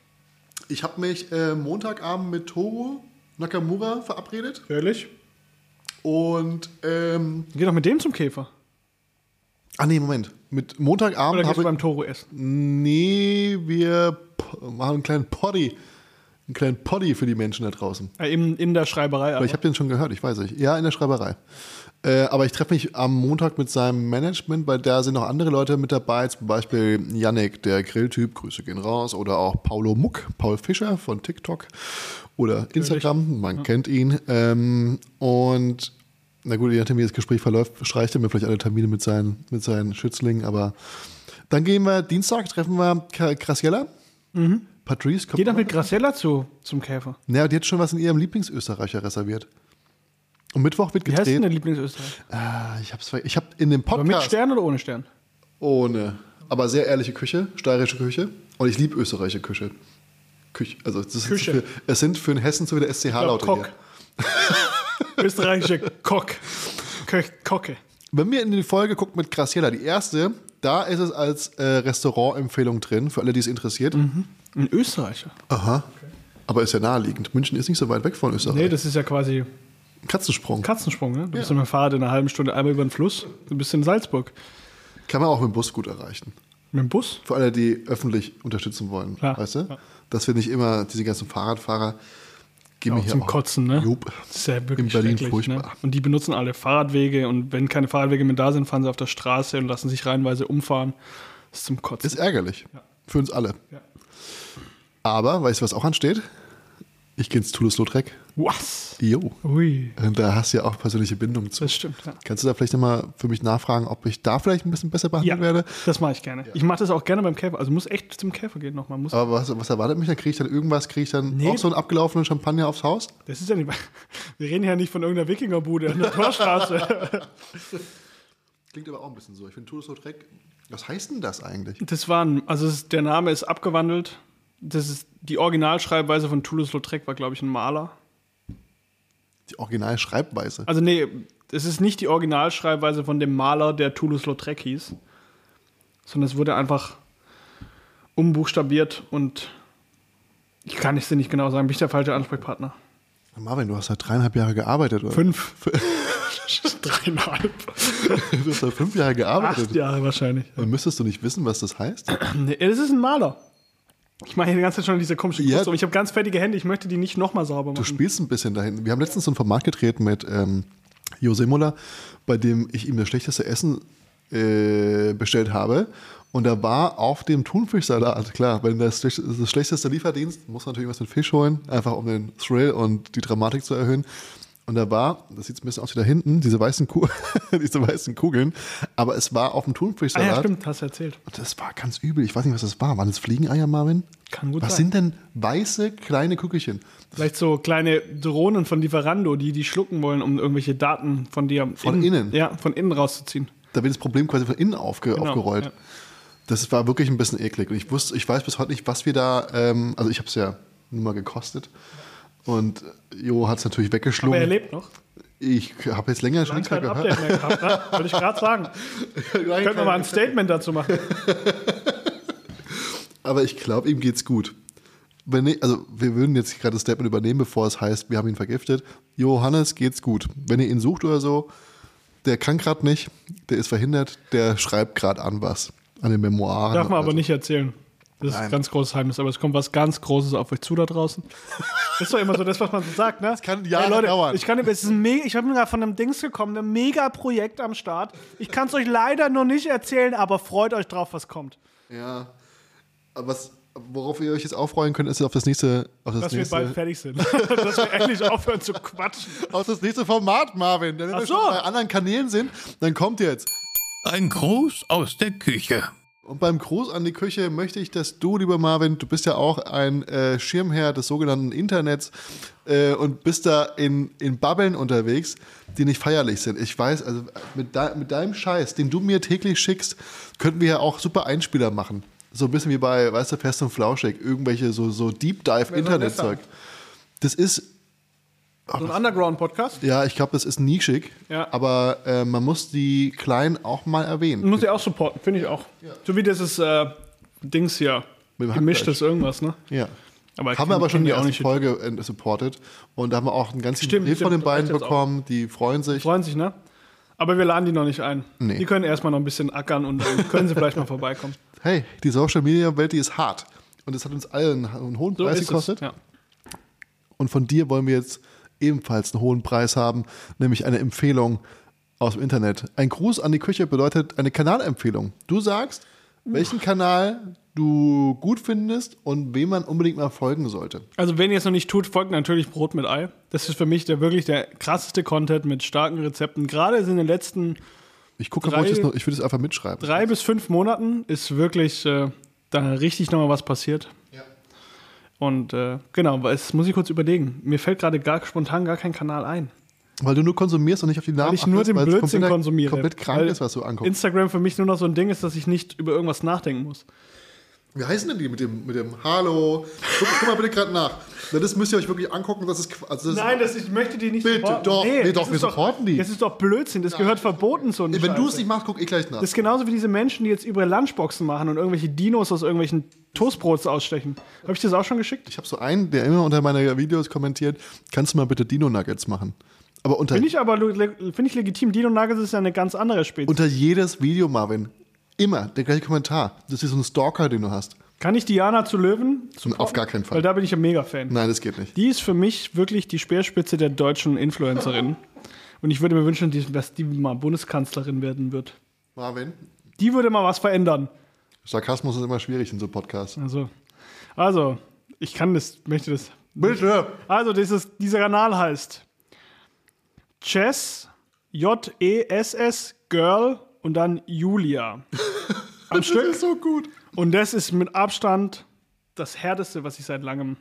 S2: Ich habe mich äh, Montagabend mit Togo Nakamura verabredet
S3: Ehrlich?
S2: und ähm,
S3: Geh doch mit dem zum Käfer.
S2: Ah nee, Moment. Mit
S3: Oder
S2: Montagabend
S3: gehst du
S2: habe ich.
S3: beim Toro essen?
S2: Nee, wir p- machen einen kleinen Poddy. Einen kleinen Poddy für die Menschen da draußen.
S3: Äh, in, in der Schreiberei.
S2: Aber ich habe den schon gehört, ich weiß nicht. Ja, in der Schreiberei. Äh, aber ich treffe mich am Montag mit seinem Management, weil da sind noch andere Leute mit dabei, zum Beispiel Yannick, der Grilltyp, Grüße gehen raus, oder auch Paulo Muck, Paul Fischer von TikTok oder Instagram, man kennt ihn. Ähm, und na gut, je nachdem, wie das Gespräch verläuft, streicht er mir vielleicht alle Termine mit seinen, mit seinen Schützlingen, aber dann gehen wir Dienstag, treffen wir Ka- Graciela. Patrice kommt.
S3: Geh doch mit Graciela zu, zum Käfer.
S2: Naja, die hat schon was in ihrem Lieblingsösterreicher reserviert. Und Mittwoch wird
S3: Wie heißt denn
S2: gedreht.
S3: dein Lieblingsösterreich?
S2: Ah, ich hab's ver- Ich hab in dem
S3: Aber mit
S2: Podcast.
S3: Stern oder ohne Stern?
S2: Ohne. Aber sehr ehrliche Küche, steirische Küche. Und ich liebe österreichische Küche. Küche. Also das sind Für,
S3: Küche.
S2: es sind für den Hessen zu viele SCH-Laute hier.
S3: Kock.
S2: <laughs>
S3: Österreichische Kock. Köch, Kocke.
S2: Wenn wir in die Folge guckt mit Graciela, die erste, da ist es als äh, Restaurantempfehlung drin, für alle, die es interessiert.
S3: Ein Österreicher?
S2: Aha. Aber ist ja naheliegend. München ist nicht so weit weg von Österreich.
S3: Nee, das ist ja quasi
S2: Katzensprung.
S3: Katzensprung, ne? Du bist mit dem Fahrrad in einer halben Stunde einmal über den Fluss. Du bist in Salzburg.
S2: Kann man auch mit dem Bus gut erreichen.
S3: Mit dem Bus?
S2: Für alle, die öffentlich unterstützen wollen.
S3: Klar.
S2: Weißt du? Dass wir nicht immer diese ganzen Fahrradfahrer geben
S3: Auch
S2: hier
S3: zum
S2: auch.
S3: Kotzen, ne?
S2: Jupp.
S3: Das ist ja
S2: In
S3: wirklich
S2: Berlin
S3: schrecklich,
S2: furchtbar.
S3: Ne? Und die benutzen alle Fahrradwege und wenn keine Fahrradwege mehr da sind, fahren sie auf der Straße und lassen sich reihenweise umfahren. Das ist zum Kotzen.
S2: Ist ärgerlich. Für uns alle.
S3: Ja.
S2: Aber, weißt du, was auch ansteht? Ich gehe ins Toulouse-Lautrec.
S3: Was?
S2: Jo.
S3: Ui.
S2: Und da hast du ja auch persönliche Bindung zu.
S3: Das stimmt, ja.
S2: Kannst du da vielleicht nochmal für mich nachfragen, ob ich da vielleicht ein bisschen besser
S3: Ja,
S2: behandelt werde?
S3: das mache ich gerne. Ich mache das auch gerne beim Käfer. Also muss echt zum Käfer gehen nochmal. Muss
S2: Aber was, was erwartet mich? Dann kriege ich dann irgendwas, kriege ich dann
S3: Nee.
S2: auch so einen abgelaufenen Champagner aufs Haus?
S3: Das ist ja nicht. <laughs> Wir reden ja nicht von irgendeiner Wikingerbude an der Torstraße.
S2: Klingt aber auch ein bisschen so. Ich finde Toulouse-Lautrec, was heißt denn das eigentlich?
S3: <laughs> Das waren, also es, ist- der Name ist abgewandelt. Das ist die Originalschreibweise von Toulouse-Lautrec war, glaube ich, ein Maler.
S2: Die originale Schreibweise.
S3: Also nee, es ist nicht die Originalschreibweise von dem Maler, der Toulouse-Lautrec hieß, sondern es wurde einfach umbuchstabiert und ich kann es dir nicht genau sagen, bin ich der falsche Ansprechpartner?
S2: Marvin, du hast seit dreieinhalb Jahre gearbeitet, oder?
S3: Fünf. <laughs> Dreieinhalb.
S2: <laughs> Du hast seit fünf Jahre gearbeitet.
S3: Acht Jahre wahrscheinlich.
S2: Dann müsstest du nicht wissen, was das heißt?
S3: Nee, das ist ein Maler. Ich mache hier die ganze Zeit schon diese komische
S2: Ja.
S3: Kunst. Ich habe ganz fettige Hände, ich möchte die nicht nochmal sauber
S2: Du
S3: machen.
S2: spielst ein bisschen dahin. Wir haben letztens so ein Format gedreht mit ähm, Jose Muller, bei dem ich ihm das schlechteste Essen äh, bestellt habe. Und da war auf dem Thunfischsalat, klar, wenn das, schlecht- das schlechteste Lieferdienst, muss man natürlich was mit Fisch holen, einfach um den Thrill und die Dramatik zu erhöhen. Und da war, das sieht ein bisschen aus wie da hinten, diese weißen, Ku <laughs> diese weißen Kugeln, aber es war auf dem
S3: Ah ja,
S2: Thunfischsalat.
S3: stimmt, hast du erzählt.
S2: Und das war ganz übel. Ich weiß nicht, was das war. Waren das Fliegeneier, Marvin?
S3: Kann gut
S2: was
S3: sein.
S2: sind denn weiße kleine Kugelchen?
S3: Vielleicht so kleine Drohnen von Lieferando, die die schlucken wollen, um irgendwelche Daten von dir
S2: Von innen?
S3: Ja, von innen rauszuziehen.
S2: Da wird das Problem quasi von innen aufge
S3: Genau,
S2: aufgerollt.
S3: ja.
S2: Das war wirklich ein bisschen eklig. Und ich wusste, ich weiß bis heute nicht, was wir da. Ähm, also ich habe es ja nur mal gekostet. Und Jo hat es natürlich
S3: Aber er
S2: weggeschlungen.
S3: lebt noch.
S2: Ich habe jetzt länger schon
S3: Hat
S2: nichts mehr
S3: kein
S2: gehört. <laughs>
S3: Update mehr gehabt, ne? Wollte ich gerade sagen. Können wir mal ein Statement dazu machen?
S2: Aber ich glaube, ihm geht's gut. Wenn nicht, also wir würden jetzt gerade das Statement übernehmen, bevor es heißt, wir haben ihn vergiftet. Johannes geht's gut. Wenn ihr ihn sucht oder so, der kann gerade nicht, der ist verhindert, der schreibt gerade an was. An den Memoiren.
S3: Darf man aber
S2: Also,
S3: nicht erzählen. Das ist
S2: Nein.
S3: ein ganz großes Geheimnis, aber es kommt was ganz Großes auf euch zu da draußen. Das ist doch immer so das, was man so sagt, ne? Das
S2: kann Jahre
S3: Leute,
S2: dauern.
S3: Ich, kann, es ist ein Me- ich bin gerade von einem Dings gekommen, einem Mega-Projekt am Start. Ich kann es euch leider noch nicht erzählen, aber freut euch drauf, was kommt.
S2: Ja. Aber was, worauf ihr euch jetzt aufreuen könnt, ist auf das nächste, auf das
S3: Dass wir bald
S2: nächste,
S3: fertig sind. <laughs> Dass wir endlich aufhören zu quatschen.
S2: auf das nächste Format, Marvin. Denn Wenn
S3: Ach
S2: wir
S3: so.
S2: schon bei anderen Kanälen sind, dann kommt jetzt.
S1: Ein Gruß aus der Küche.
S2: Und beim Gruß an die Küche möchte ich, dass du, lieber Marvin, du bist ja auch ein äh, Schirmherr des sogenannten Internets äh, und bist da in, in Babbeln unterwegs, die nicht feierlich sind. Ich weiß, also mit, de mit deinem Scheiß, den du mir täglich schickst, könnten wir ja auch super Einspieler machen. So ein bisschen wie bei, weißt du, Fest und Flauschig, irgendwelche so, so Deep Dive Internetzeug. Das ist,
S3: So ein Underground-Podcast.
S2: ja, ich glaube, das ist nischig,
S3: Ja.
S2: aber äh, man muss die Kleinen auch mal erwähnen.
S3: Muss ich auch supporten, finde ich auch. So wie dieses äh, Dings hier.
S2: Mit dem
S3: Gemischtes irgendwas, ne?
S2: Ja.
S3: Aber
S2: haben
S3: kenn-
S2: wir aber schon
S3: kenn
S2: die
S3: ja auch
S2: erste
S3: nicht.
S2: Folge äh, supported und da haben wir auch einen ganzen
S3: Stimmt,
S2: Brief von den
S3: stimmt,
S2: beiden
S3: reicht jetzt auch.
S2: bekommen, die freuen sich.
S3: Freuen sich, ne? Aber wir laden die noch nicht ein.
S2: Nee.
S3: Die können erstmal noch ein bisschen ackern und dann können sie vielleicht mal vorbeikommen.
S2: <laughs> Hey, die Social Media Welt, die ist hart und es hat uns allen einen hohen
S3: So
S2: Preis
S3: ist
S2: gekostet
S3: es. Ja.
S2: und von dir wollen wir jetzt ebenfalls einen hohen Preis haben, nämlich eine Empfehlung aus dem Internet. Ein Gruß an die Küche bedeutet eine Kanalempfehlung. Du sagst, welchen Kanal du gut findest und wem man unbedingt mal folgen sollte.
S3: Also wenn ihr es noch nicht tut, folgt natürlich Brot mit Ei. Das ist für mich der wirklich der krasseste Content mit starken Rezepten. Gerade in den letzten
S2: Ich gucke,
S3: Drei-
S2: wo ich das noch, ich würde es einfach mitschreiben.
S3: drei bis fünf Monaten ist wirklich äh, da richtig nochmal was passiert. Und äh, genau, weil es muss ich kurz überlegen. Mir fällt gerade gar spontan gar kein Kanal ein.
S2: Weil du nur konsumierst und nicht auf die Namen
S3: Weil ich nur
S2: achtest,
S3: den
S2: weil es
S3: Blödsinn
S2: komplett,
S3: konsumiere.
S2: komplett krank
S3: Weil
S2: ist, was du anguckst.
S3: Instagram für mich nur noch so ein Ding ist, dass ich nicht über irgendwas nachdenken muss.
S2: Wie heißen denn die mit dem, mit dem Hallo? Guck, guck mal bitte gerade nach. Na, das müsst ihr euch wirklich angucken. Das ist, qu- also das
S3: Nein, das, ich möchte die nicht
S2: Bitte, doch, nee, doch,
S3: das
S2: wir
S3: ist
S2: supporten die.
S3: Das ist doch Blödsinn, das gehört verboten zu
S2: ist, wenn du es nicht machst, guck ich gleich nach.
S3: Das ist genauso wie diese Menschen, die jetzt über Lunchboxen machen und irgendwelche Dinos aus irgendwelchen Toastbrots ausstechen. Habe ich das auch schon geschickt?
S2: Ich habe so einen, der immer unter meine Videos kommentiert, kannst du mal bitte Dino-Nuggets machen. Aber unter,
S3: Finde ich aber le- le- finde ich legitim. Dino Nuggets ist ja eine ganz andere Spezies.
S2: unter jedes Video, Marvin, immer der gleiche Kommentar. Das ist so ein Stalker, den du hast.
S3: Kann ich Diana zu Löwen? supporten?
S2: Auf gar keinen Fall.
S3: Weil da bin ich ein Mega-Fan.
S2: Nein, das geht nicht.
S3: Die ist für mich wirklich die Speerspitze der deutschen Influencerin. Und ich würde mir wünschen, die- dass die mal Bundeskanzlerin werden wird.
S2: Marvin,
S3: Die würde mal was verändern.
S2: Sarkasmus ist immer schwierig in so Podcasts.
S3: Also, also ich kann das, möchte das.
S2: Bitte!
S3: Also, dieses, dieser Kanal heißt Chess, J-E-S-S, Girl und dann
S2: <laughs>
S3: Julia. Am
S2: Das
S3: Stück.
S2: ist so gut.
S3: Und das ist mit Abstand das härteste, was ich seit langem.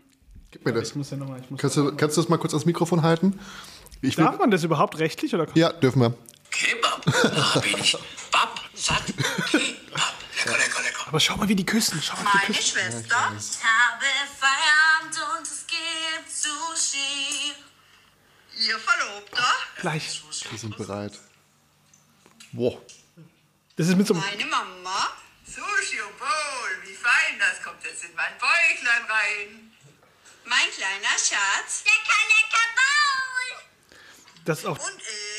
S2: Gib mir das.
S3: Ich muss ja nochmal. ich muss-
S2: Kannst du, kannst du das mal kurz ans Mikrofon halten? Ich will,
S3: Darf man das überhaupt rechtlich oder
S2: ja, dürfen wir.
S4: Kebab. Da bin ich. Bab, satt, Kebab. Lecker, lecker, lecker.
S3: Aber schau mal, wie die küssen. Schau mal,
S5: Meine Schwester habe Feierabend und es gibt Sushi.
S4: Ihr Verlobter?
S3: gleich.
S2: Wir sind bereit. Boah.
S3: Das ist mit so einem.
S4: Meine Mama? Sushi und Bowl, wie fein, das kommt jetzt in mein Bäuchlein rein.
S5: Mein kleiner Schatz. Lecker, lecker Maul.
S3: Das ist auch.
S4: Und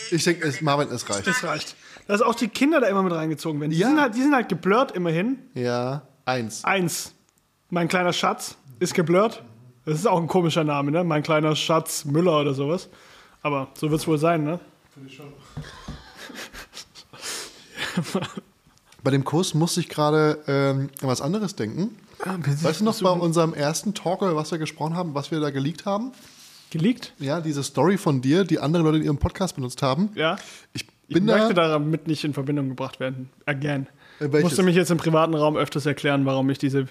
S4: ich.
S2: Ich denke, es, Marvin, es reicht.
S3: Das reicht. Dass auch die Kinder da immer mit reingezogen werden. Die,
S2: Ja.
S3: sind, halt, die sind halt geblurrt immerhin.
S2: Ja, eins.
S3: Eins. Mein kleiner Schatz ist geblurrt. Das ist auch ein komischer Name, ne? Mein kleiner Schatz Müller oder sowas. Aber so wird es wohl sein, ne?
S2: Bei dem Kuss musste ich gerade ähm, an was anderes denken. Weißt du noch bei unserem ersten Talk, über was wir gesprochen haben, was wir da geleakt haben?
S3: <laughs> Geleakt?
S2: Ja, diese Story von dir, die andere Leute in ihrem Podcast benutzt haben.
S3: Ja.
S2: Ich
S3: Ich
S2: bin da,
S3: möchte damit nicht in Verbindung gebracht werden. Again.
S2: Äh,
S3: Ich
S2: welches?
S3: musste mich jetzt im privaten Raum öfters erklären, warum ich diese,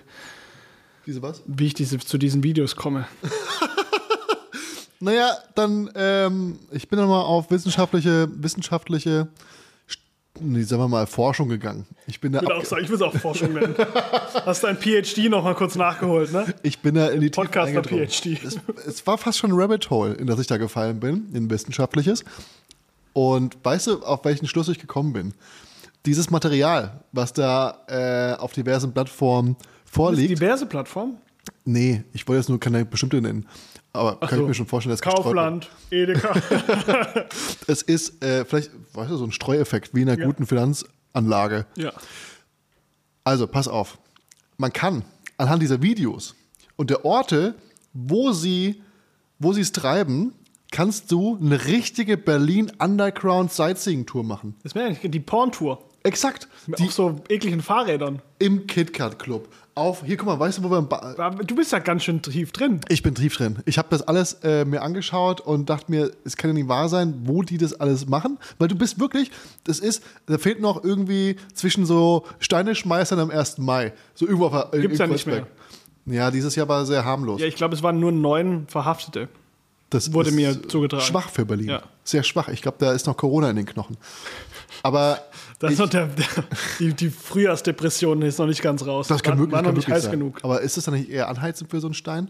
S2: Diese was?
S3: wie ich diese, zu diesen Videos komme.
S2: Naja, dann, ähm, ich bin nochmal auf wissenschaftliche, wissenschaftliche, St- nee, sagen wir mal, Forschung gegangen. Ich bin da,
S3: Ich würde
S2: ab-
S3: auch sagen, ich würde es auch
S2: <laughs>
S3: Forschung nennen. Hast dein PhD nochmal kurz nachgeholt, ne?
S2: ich bin da in die Tiefen
S3: Podcaster
S2: eingedrungen.
S3: PhD.
S2: Es, es war fast schon ein Rabbit Hole, in das ich da gefallen bin, in wissenschaftliches. Und weißt du, auf welchen Schluss ich gekommen bin? Dieses Material, was da äh, auf diversen Plattformen vorliegt.
S3: Diverse Plattformen.
S2: Nee, ich wollte jetzt nur keine bestimmte nennen. Aber kann ich
S3: so.
S2: mir schon vorstellen, dass es gestreut wird.
S3: Kaufland, Edeka.
S2: Es ist äh, vielleicht, weißt du, so ein Streueffekt wie in einer
S3: Ja.
S2: guten Finanzanlage.
S3: ja.
S2: Also, pass auf. Man kann anhand dieser Videos und der Orte, wo sie wo sie es treiben, kannst du eine richtige Berlin Underground Sightseeing Tour machen.
S3: Das wäre eigentlich die Porntour.
S2: Exakt.
S3: Mit
S2: Die
S3: auf so ekligen Fahrrädern.
S2: im KitKat Club. Auf hier guck mal, weißt du, wo wir im ba
S3: Aber Du bist ja ganz schön tief drin.
S2: ich bin tief drin. Ich habe das alles äh, mir angeschaut und dachte mir, es kann ja nicht wahr sein, wo die das alles machen. Weil du bist wirklich, das ist, da fehlt noch irgendwie zwischen so Steine schmeißern am 1. Mai. So irgendwo auf der,
S3: Gibt's
S2: in
S3: ja nicht
S2: Kreuzberg. Ja, dieses Jahr war sehr harmlos.
S3: Ja, ich glaube, es waren nur neun Verhaftete.
S2: Das
S3: Wurde mir zugetragen.
S2: Schwach für Berlin.
S3: Ja.
S2: Sehr schwach. Ich glaube, da ist noch Corona in den Knochen. Aber
S3: <laughs> Das
S2: ich,
S3: ist noch der, der, die, die Frühjahrsdepression ist noch nicht ganz raus.
S2: das kann
S3: War-
S2: möglich,
S3: War noch
S2: kann
S3: nicht
S2: möglich
S3: heiß
S2: sein.
S3: genug.
S2: Aber ist das dann nicht eher anheizend für so einen Stein?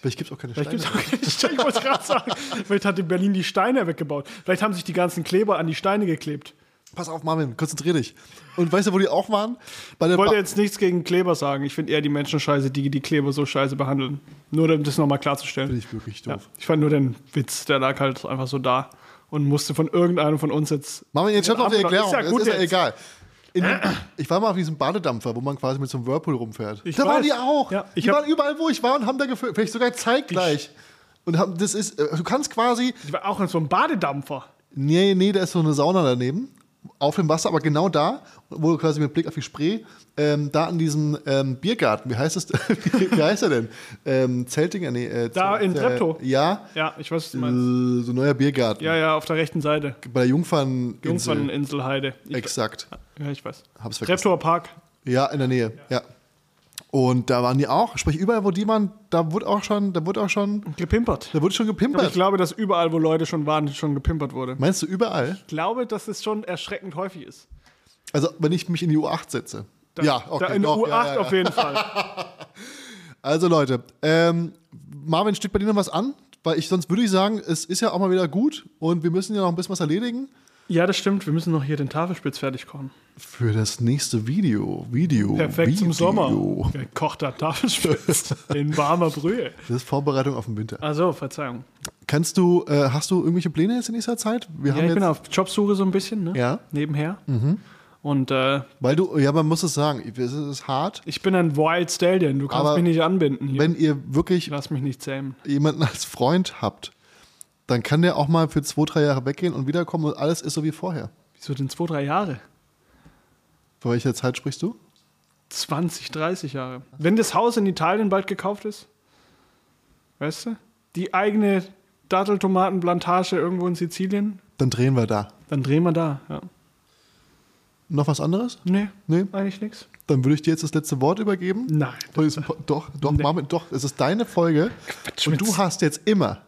S2: Vielleicht gibt es auch keine
S3: Vielleicht
S2: Steine.
S3: gibt's auch keine Steine. Ich wollte gerade sagen, vielleicht hat in Berlin die Steine weggebaut. Vielleicht haben sich die ganzen Kleber an die Steine geklebt.
S2: Pass auf, Marvin, konzentrier dich. Und weißt du, wo die auch waren? Bei der
S3: Ich wollte
S2: Ba-
S3: jetzt nichts gegen Kleber sagen. Ich finde eher die Menschen scheiße, die die Kleber so scheiße behandeln. Nur um das nochmal klarzustellen.
S2: Finde ich wirklich
S3: Ja,
S2: doof.
S3: ich fand nur den Witz, der lag halt einfach so da und musste von irgendeinem von uns jetzt.
S2: Marvin, jetzt schafft auf die
S3: Ist ja
S2: Erklärung. Es
S3: gut
S2: ist ja
S3: jetzt. Äh.
S2: egal. In dem, ich war mal auf diesem Badedampfer, wo man quasi mit so einem Whirlpool rumfährt.
S3: Ich
S2: da waren
S3: weiß.
S2: die auch.
S3: Ja, ich
S2: die
S3: hab-
S2: waren überall, wo ich war und haben da gefilmt. Vielleicht sogar zeitgleich. Und haben, das ist, äh, du kannst quasi
S3: Ich war auch in so einem Badedampfer.
S2: Nee, nee, da ist so eine Sauna daneben. Auf dem Wasser, aber genau da, wo du quasi mit Blick auf die Spree, ähm, da an diesem ähm, Biergarten, wie heißt es, <laughs> wie heißt er denn? Ähm, Zeltinger, nee. Äh,
S3: Da in
S2: Zelt-
S3: Treptow.
S2: Äh, ja,
S3: Ja, ich weiß, was du
S2: äh,
S3: meinst.
S2: so neuer Biergarten.
S3: Ja, ja, auf der rechten Seite.
S2: Bei der Jungferninsel.
S3: Jungferninsel Heide. Ich,
S2: Exakt.
S3: ja, ich weiß.
S2: Hab's vergessen.
S3: Treptower Park.
S2: Ja, in der Nähe, ja. Und da waren die auch, sprich überall, wo die waren, da wurde auch schon, da wurde auch schon,
S3: Gepimpert.
S2: da wurde schon
S3: Aber ich
S2: gepimpert.
S3: glaube, dass überall, wo Leute schon waren, schon gepimpert wurde.
S2: Meinst du überall?
S3: Ich glaube, dass es schon erschreckend häufig ist.
S2: Also wenn ich mich in die U8 setze.
S3: Da,
S2: ja, okay.
S3: da in der
S2: doch,
S3: U8
S2: ja, ja, ja.
S3: auf jeden Fall.
S2: Also Leute, ähm, Marvin, steht bei dir noch was an? Weil ich sonst würde ich sagen, es ist ja auch mal wieder gut und wir müssen ja noch ein bisschen was erledigen.
S3: Ja, das stimmt. Wir müssen noch hier den Tafelspitz fertig kochen.
S2: Für das nächste Video. Video.
S3: Perfekt
S2: Oh, Video.
S3: zum Sommer. Gekochter
S2: <laughs>
S3: Tafelspitz in warmer Brühe.
S2: Das ist Vorbereitung auf den Winter.
S3: Also, Verzeihung.
S2: Kannst du, äh, hast du irgendwelche Pläne jetzt in nächster Zeit? Wir
S3: Ja,
S2: haben
S3: ich
S2: jetzt,
S3: bin auf Jobsuche so ein bisschen, ne?
S2: Ja. Mhm.
S3: Nebenher. Und äh,
S2: weil du, ja, man muss es sagen, es ist hart.
S3: ich bin ein Wild Stallion. Du kannst
S2: Aber
S3: mich nicht anbinden. Hier.
S2: Wenn ihr wirklich
S3: Lass mich nicht zähmen.
S2: jemanden als Freund habt, dann kann der auch mal für zwei, drei Jahre weggehen und wiederkommen und alles ist so wie vorher.
S3: Wieso denn zwei, drei Jahre?
S2: Von welcher Zeit sprichst du?
S3: 20, 30 Jahre. Wenn das Haus in Italien bald gekauft ist, weißt du, die eigene Datteltomatenplantage irgendwo in Sizilien,
S2: Dann drehen wir da.
S3: dann drehen wir da. Ja.
S2: Noch was anderes?
S3: Nee,
S2: Nee.
S3: eigentlich nichts.
S2: Dann würde ich dir jetzt das letzte Wort übergeben.
S3: Nein.
S2: Von diesem Po- Doch, doch, Marvin, doch, es ist deine Folge. und du hast jetzt immer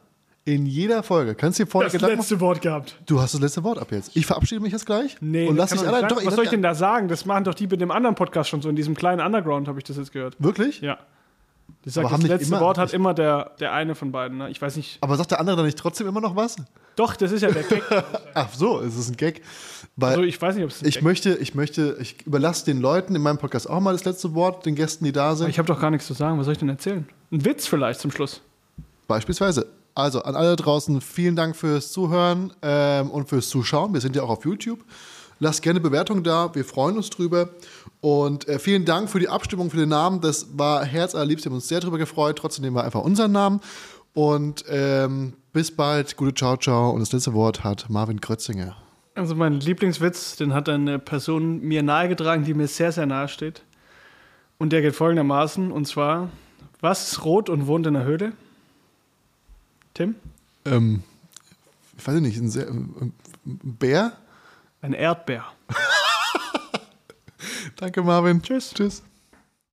S2: in jeder Folge, kannst dir vorher
S3: Das
S2: Gedanken machen,
S3: letzte Wort gehabt.
S2: du hast das letzte Wort ab jetzt. Ich verabschiede mich jetzt gleich
S3: Nee,
S2: und
S3: das
S2: lass dich
S3: kann doch nicht
S2: allein.
S3: sein.
S2: Doch,
S3: Was soll ich denn
S2: lass-
S3: da sagen? Das machen doch die mit dem anderen Podcast schon so. In diesem kleinen Underground habe ich das jetzt gehört.
S2: Wirklich?
S3: Ja. Ich sag,
S2: Aber
S3: das
S2: haben nicht
S3: letzte
S2: immer-
S3: Wort hat immer der, der eine von beiden. Ne? Ich weiß nicht.
S2: Aber sagt der andere dann nicht trotzdem immer noch was?
S3: Doch, das ist ja der Gag.
S2: Ach so, es ist ein Gag. Weil
S3: Also ich weiß nicht, ob es ein
S2: ich
S3: Gag
S2: möchte, ich möchte, ich überlasse den Leuten in meinem Podcast auch mal das letzte Wort, den Gästen, die da sind.
S3: Ich habe doch gar nichts zu sagen. Was soll ich denn erzählen? Ein Witz vielleicht zum Schluss.
S2: Beispielsweise. Also an alle draußen, vielen Dank fürs Zuhören ähm, und fürs Zuschauen. Wir sind ja auch auf YouTube. Lasst gerne Bewertungen da, wir freuen uns drüber. Und äh, vielen Dank für die Abstimmung, für den Namen. Das war herzallerliebst, wir haben uns sehr drüber gefreut. Trotzdem nehmen wir einfach unseren Namen. Und ähm, bis bald, gute Ciao, Ciao. Und das letzte Wort hat Marvin Krötzinger.
S3: Also mein Lieblingswitz, den hat eine Person mir nahegetragen, die mir sehr, sehr nahe steht. Und der geht folgendermaßen. Und zwar, was ist rot und wohnt in der Höhle? Tim?
S2: Ähm, ich weiß nicht, ein, sehr, ein ein Bär?
S3: Ein Erdbär.
S2: Danke, Marvin.
S3: Tschüss.
S2: Tschüss.